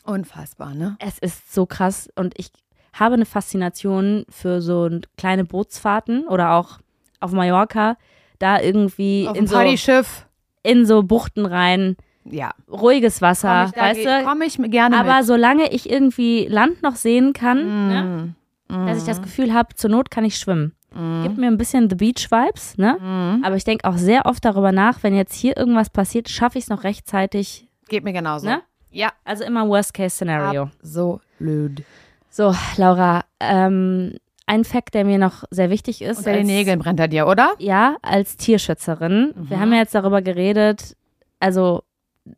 Speaker 3: Unfassbar, ne?
Speaker 2: Es ist so krass und ich habe eine Faszination für so kleine Bootsfahrten oder auch auf Mallorca, da irgendwie
Speaker 3: Auf
Speaker 2: in
Speaker 3: einem
Speaker 2: so,
Speaker 3: Partyschiff.
Speaker 2: in so Buchten rein,
Speaker 3: Ja.
Speaker 2: ruhiges Wasser,
Speaker 3: Komm ich, da
Speaker 2: weißt
Speaker 3: geh-
Speaker 2: du?
Speaker 3: komm ich gerne
Speaker 2: Aber
Speaker 3: mit.
Speaker 2: solange ich irgendwie Land noch sehen kann, ne,
Speaker 3: Mm.
Speaker 2: dass ich das Gefühl habe, zur Not kann ich schwimmen. Gibt mir ein bisschen The Beach Vibes, ne?
Speaker 3: Hm. Mm.
Speaker 2: Aber ich denke auch sehr oft darüber nach, wenn jetzt hier irgendwas passiert, schaffe ich es noch rechtzeitig,
Speaker 3: Geht mir genauso.
Speaker 2: ne?
Speaker 3: Ja.
Speaker 2: Also immer Worst-Case-Szenario.
Speaker 3: So löd.
Speaker 2: So, Laura, ähm, ein Fact, der mir noch sehr wichtig ist.
Speaker 3: Unter den
Speaker 2: als-
Speaker 3: Nägeln Mhm. brennt er dir, oder?
Speaker 2: Ja, als Tierschützerin. Wir haben ja jetzt darüber geredet, also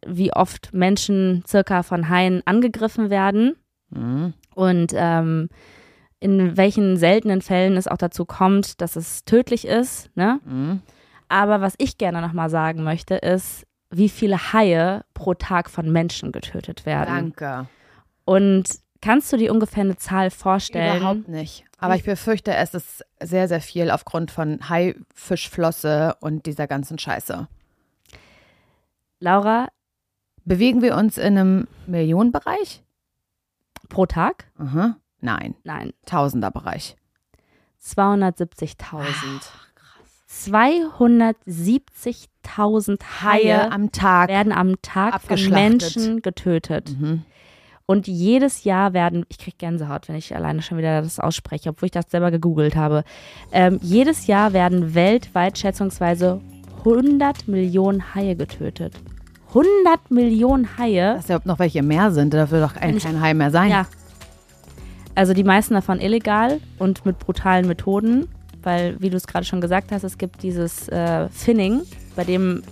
Speaker 2: wie oft Menschen circa von Haien angegriffen werden Hm, und ähm, in welchen seltenen Fällen es auch dazu kommt, dass es tödlich ist. Ne? Aber was ich gerne nochmal sagen möchte, ist, wie viele Haie pro Tag von Menschen getötet werden.
Speaker 3: Danke.
Speaker 2: Und kannst du dir ungefähr eine Zahl vorstellen?
Speaker 3: Überhaupt nicht. Aber ich befürchte, es ist sehr, sehr viel aufgrund von Haifischflosse und dieser ganzen Scheiße.
Speaker 2: Laura,
Speaker 3: Bewegen wir uns in einem Millionenbereich?
Speaker 2: pro Tag?
Speaker 3: Aha. Nein,
Speaker 2: Nein.
Speaker 3: Tausenderbereich.
Speaker 2: 270.000. 270.000 Haie
Speaker 3: am Tag.
Speaker 2: werden am Tag von
Speaker 3: Abgeschlachtet.
Speaker 2: Menschen getötet.
Speaker 3: Mhm.
Speaker 2: Und jedes Jahr werden, ich kriege Gänsehaut, wenn ich alleine schon wieder das ausspreche, obwohl ich das selber gegoogelt habe. Ähm, jedes Jahr werden weltweit schätzungsweise 100 Millionen Haie getötet. 100 Millionen Haie.
Speaker 3: Dass da überhaupt noch welche mehr sind, da wird doch ein, kein Hai mehr sein.
Speaker 2: Ja. Also die meisten davon illegal und mit brutalen Methoden, weil, wie du es gerade schon gesagt hast, es gibt dieses äh, Finning, bei dem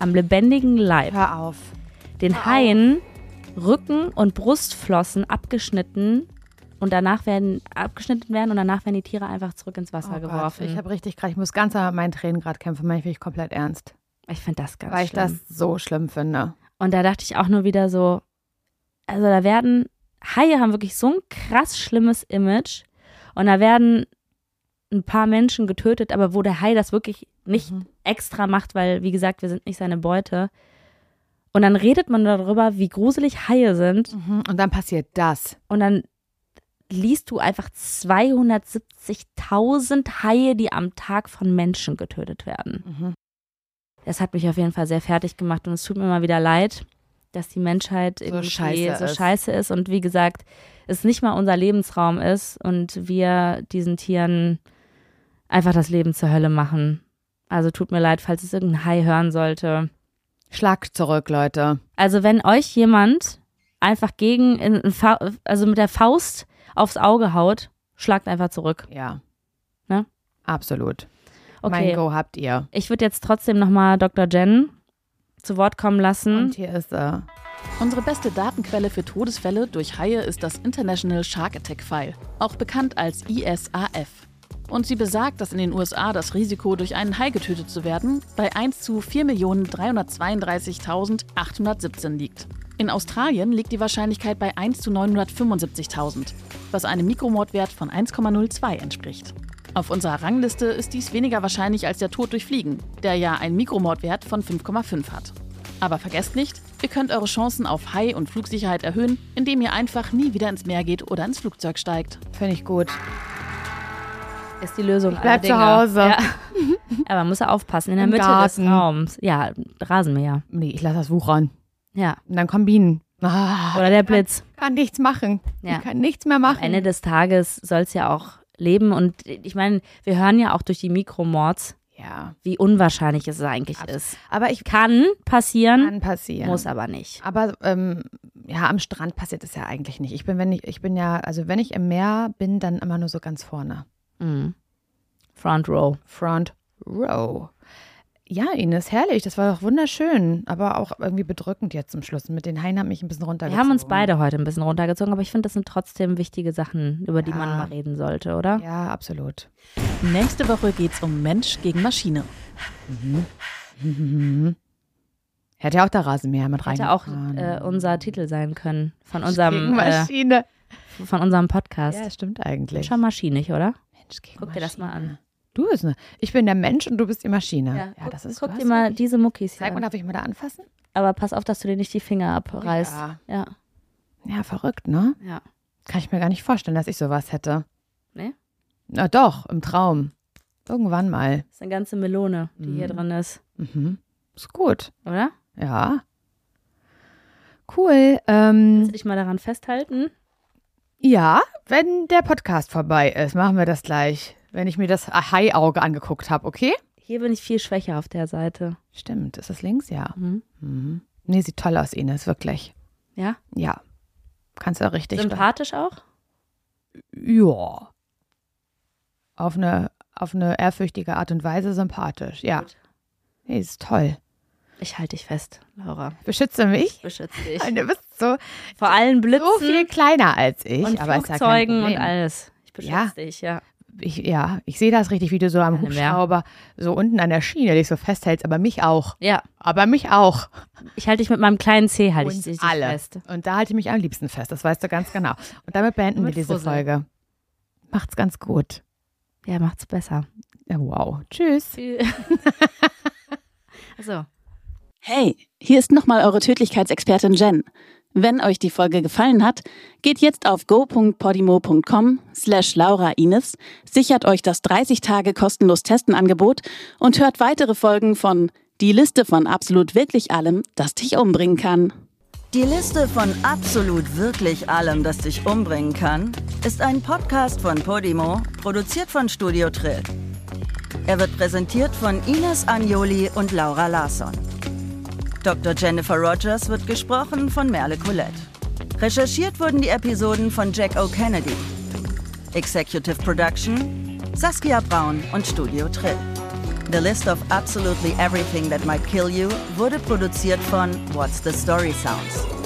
Speaker 2: am lebendigen Leib
Speaker 3: Hör auf.
Speaker 2: den Haien Rücken- und Brustflossen abgeschnitten und danach werden abgeschnitten werden und danach werden die Tiere einfach zurück ins Wasser
Speaker 3: Oh Gott,
Speaker 2: geworfen.
Speaker 3: ich habe richtig gerade, ich muss ganz an meinen Tränen gerade kämpfen, meine ich wirklich komplett ernst.
Speaker 2: ich finde das ganz
Speaker 3: weil ich
Speaker 2: schlimm.
Speaker 3: das so schlimm finde.
Speaker 2: Und da dachte ich auch nur wieder so, also da werden, Haie haben wirklich so ein krass schlimmes Image und da werden ein paar Menschen getötet, aber wo der Hai das wirklich nicht extra macht, weil, wie gesagt, wir sind nicht seine Beute. Und dann redet man darüber, wie gruselig Haie sind
Speaker 3: Und dann passiert das.
Speaker 2: und dann liest du einfach 270.000 Haie, die am Tag von Menschen getötet werden. Das hat mich auf jeden Fall sehr fertig gemacht und es tut mir mal wieder leid, dass die Menschheit irgendwie
Speaker 3: scheiße
Speaker 2: so
Speaker 3: ist.
Speaker 2: scheiße ist und wie gesagt, es nicht mal unser Lebensraum ist und wir diesen Tieren einfach das Leben zur Hölle machen. Also tut mir leid, falls es irgendein Hai hören sollte.
Speaker 3: Schlag zurück, Leute.
Speaker 2: Also wenn euch jemand einfach gegen, in, in Fa also mit der Faust aufs Auge haut, schlagt einfach zurück.
Speaker 3: Ja.
Speaker 2: Ne?
Speaker 3: Absolut. Mein
Speaker 2: Okay,
Speaker 3: Go habt ihr.
Speaker 2: ich würde jetzt trotzdem nochmal Dr. Jen zu Wort kommen lassen.
Speaker 3: Und hier ist äh,
Speaker 1: Unsere beste Datenquelle für Todesfälle durch Haie ist das International Shark Attack File, auch bekannt als ISAF. Und sie besagt, dass in den USA das Risiko, durch einen Hai getötet zu werden, bei 1 zu 4.332.817 liegt. In Australien liegt die Wahrscheinlichkeit bei 1 zu 975.000, was einem Mikromordwert von 1,02 entspricht. Auf unserer Rangliste ist dies weniger wahrscheinlich als der Tod durch Fliegen, der ja einen Mikromordwert von 5,5 hat. Aber vergesst nicht, ihr könnt eure Chancen auf Hai- und Flugsicherheit erhöhen, indem ihr einfach nie wieder ins Meer geht oder ins Flugzeug steigt.
Speaker 3: finde ich gut.
Speaker 2: Ist die Lösung.
Speaker 3: Bleib
Speaker 2: aller Dinge.
Speaker 3: zu Hause. <laughs>
Speaker 2: Ja. Aber man muss ja aufpassen, in der
Speaker 3: Im
Speaker 2: Mitte
Speaker 3: Garten.
Speaker 2: des Raums. Ja, Rasenmäher.
Speaker 3: Nee, ich lasse das wuchern.
Speaker 2: Ja.
Speaker 3: Und dann kommen Bienen. Ah,
Speaker 2: Oder der Blitz.
Speaker 3: ich kann nichts machen.
Speaker 2: Ja.
Speaker 3: Ich kann nichts mehr machen.
Speaker 2: Am Ende des Tages soll es ja auch leben. Und ich meine, wir hören ja auch durch die Mikromords,
Speaker 3: ja.
Speaker 2: wie unwahrscheinlich es eigentlich
Speaker 3: Absolut.
Speaker 2: ist.
Speaker 3: Aber ich
Speaker 2: Kann passieren,
Speaker 3: kann passieren.
Speaker 2: muss aber nicht.
Speaker 3: Aber ähm, ja, am Strand passiert es ja eigentlich nicht. Ich bin, wenn ich, ich bin ja, also wenn ich im Meer bin, dann immer nur so ganz vorne.
Speaker 2: Mhm. Front Row.
Speaker 3: Front Row. Ja, Ines, herrlich. Das war doch wunderschön. Aber auch irgendwie bedrückend jetzt zum Schluss. Mit den Haien hat mich ein bisschen
Speaker 2: Wir
Speaker 3: runtergezogen.
Speaker 2: haben uns beide heute ein bisschen runtergezogen, aber ich finde, das sind trotzdem wichtige Sachen, über die
Speaker 3: Ja.
Speaker 2: man mal reden sollte, oder?
Speaker 3: Ja, absolut. <laughs>
Speaker 1: Nächste Woche geht's um Mensch gegen Maschine.
Speaker 3: Hätte auch der Rasenmäher mit rein.
Speaker 2: Hätte auch äh, unser Titel sein können von
Speaker 3: Gegen
Speaker 2: unserem, äh,
Speaker 3: Maschine.
Speaker 2: von unserem Podcast.
Speaker 3: ja, stimmt eigentlich.
Speaker 2: Schon maschinisch, oder?
Speaker 3: Mensch gegen
Speaker 2: Guck dir das mal
Speaker 3: Maschine.
Speaker 2: an.
Speaker 3: Du bist eine. Ich bin der Mensch und du bist die Maschine.
Speaker 2: guck,
Speaker 3: das ist. du
Speaker 2: guck
Speaker 3: hast
Speaker 2: dir mal
Speaker 3: wirklich-
Speaker 2: diese Muckis hier
Speaker 3: Zeig mal,
Speaker 2: an.
Speaker 3: darf ich mal da anfassen?
Speaker 2: Aber pass auf, dass du dir nicht die Finger abreißt.
Speaker 3: Ja.
Speaker 2: ja.
Speaker 3: Ja, verrückt, ne?
Speaker 2: Ja.
Speaker 3: Kann ich mir gar nicht vorstellen, dass ich sowas hätte.
Speaker 2: Nee?
Speaker 3: Na doch, im Traum. Irgendwann mal.
Speaker 2: Das ist eine ganze Melone, die
Speaker 3: Mhm.
Speaker 2: hier drin ist,
Speaker 3: Mhm. Ist gut.
Speaker 2: oder?
Speaker 3: Ja. Cool.
Speaker 2: Willst
Speaker 3: Ähm,
Speaker 2: du dich mal daran festhalten?
Speaker 3: ja, wenn der Podcast vorbei ist, machen wir das gleich. Wenn ich mir das Hai-Auge angeguckt habe, okay?
Speaker 2: Hier bin ich viel schwächer auf der Seite.
Speaker 3: Stimmt, ist das links? Ja.
Speaker 2: Mhm.
Speaker 3: Mhm. Nee, sieht toll aus, Ines, wirklich.
Speaker 2: Ja?
Speaker 3: Ja. Kannst ja richtig.
Speaker 2: Sympathisch auch?
Speaker 3: Ja. Auf eine, auf eine ehrfürchtige Art und Weise sympathisch. Ja.
Speaker 2: Gut.
Speaker 3: Nee, ist toll.
Speaker 2: Ich halte dich fest, Laura.
Speaker 3: Beschütze mich.
Speaker 2: Beschütze dich.
Speaker 3: Und du bist so,
Speaker 2: Vor allen Blitzen
Speaker 3: so viel kleiner als ich.
Speaker 2: und
Speaker 3: aber ist ja kein
Speaker 2: Flugzeugen und
Speaker 3: Problem.
Speaker 2: alles. Ich beschütze
Speaker 3: Ja.
Speaker 2: dich, ja.
Speaker 3: Ich, ja, ich sehe das richtig, wie du so am
Speaker 2: Keine mehr.
Speaker 3: Hubschrauber so unten an der Schiene dich so festhältst, aber mich auch.
Speaker 2: Ja,
Speaker 3: Aber mich auch.
Speaker 2: ich halte dich mit meinem kleinen Zeh, halte ich
Speaker 3: Uns
Speaker 2: dich
Speaker 3: alle.
Speaker 2: fest.
Speaker 3: Und da halte ich mich am liebsten fest, das weißt du ganz genau. Und damit beenden
Speaker 2: Mit
Speaker 3: wir diese
Speaker 2: Fussel.
Speaker 3: Folge. Macht's ganz gut.
Speaker 2: Ja, macht's besser. <laughs>
Speaker 3: Ja, wow. Tschüss. <laughs>
Speaker 2: also,
Speaker 1: Hey, hier ist nochmal eure Tödlichkeitsexpertin Jen. Wenn euch die Folge gefallen hat, geht jetzt auf go.podimo.com slash Laura Ines, sichert euch das 30 Tage kostenlos Testen-Angebot und hört weitere Folgen von Die Liste von absolut wirklich allem, das dich umbringen kann.
Speaker 4: Die Liste von absolut wirklich allem, das dich umbringen kann, ist ein Podcast von Podimo, produziert von Studio Trill. Er wird präsentiert von Ines Anjoli und Laura Larsson. Dr. Jennifer Rogers wird gesprochen von Merle Colette. Recherchiert wurden die Episoden von Jack O'Kennedy. Executive Production Saskia Braun und Studio Trill. The List of Absolutely Everything That Might Kill You wurde produziert von What's the Story Sounds.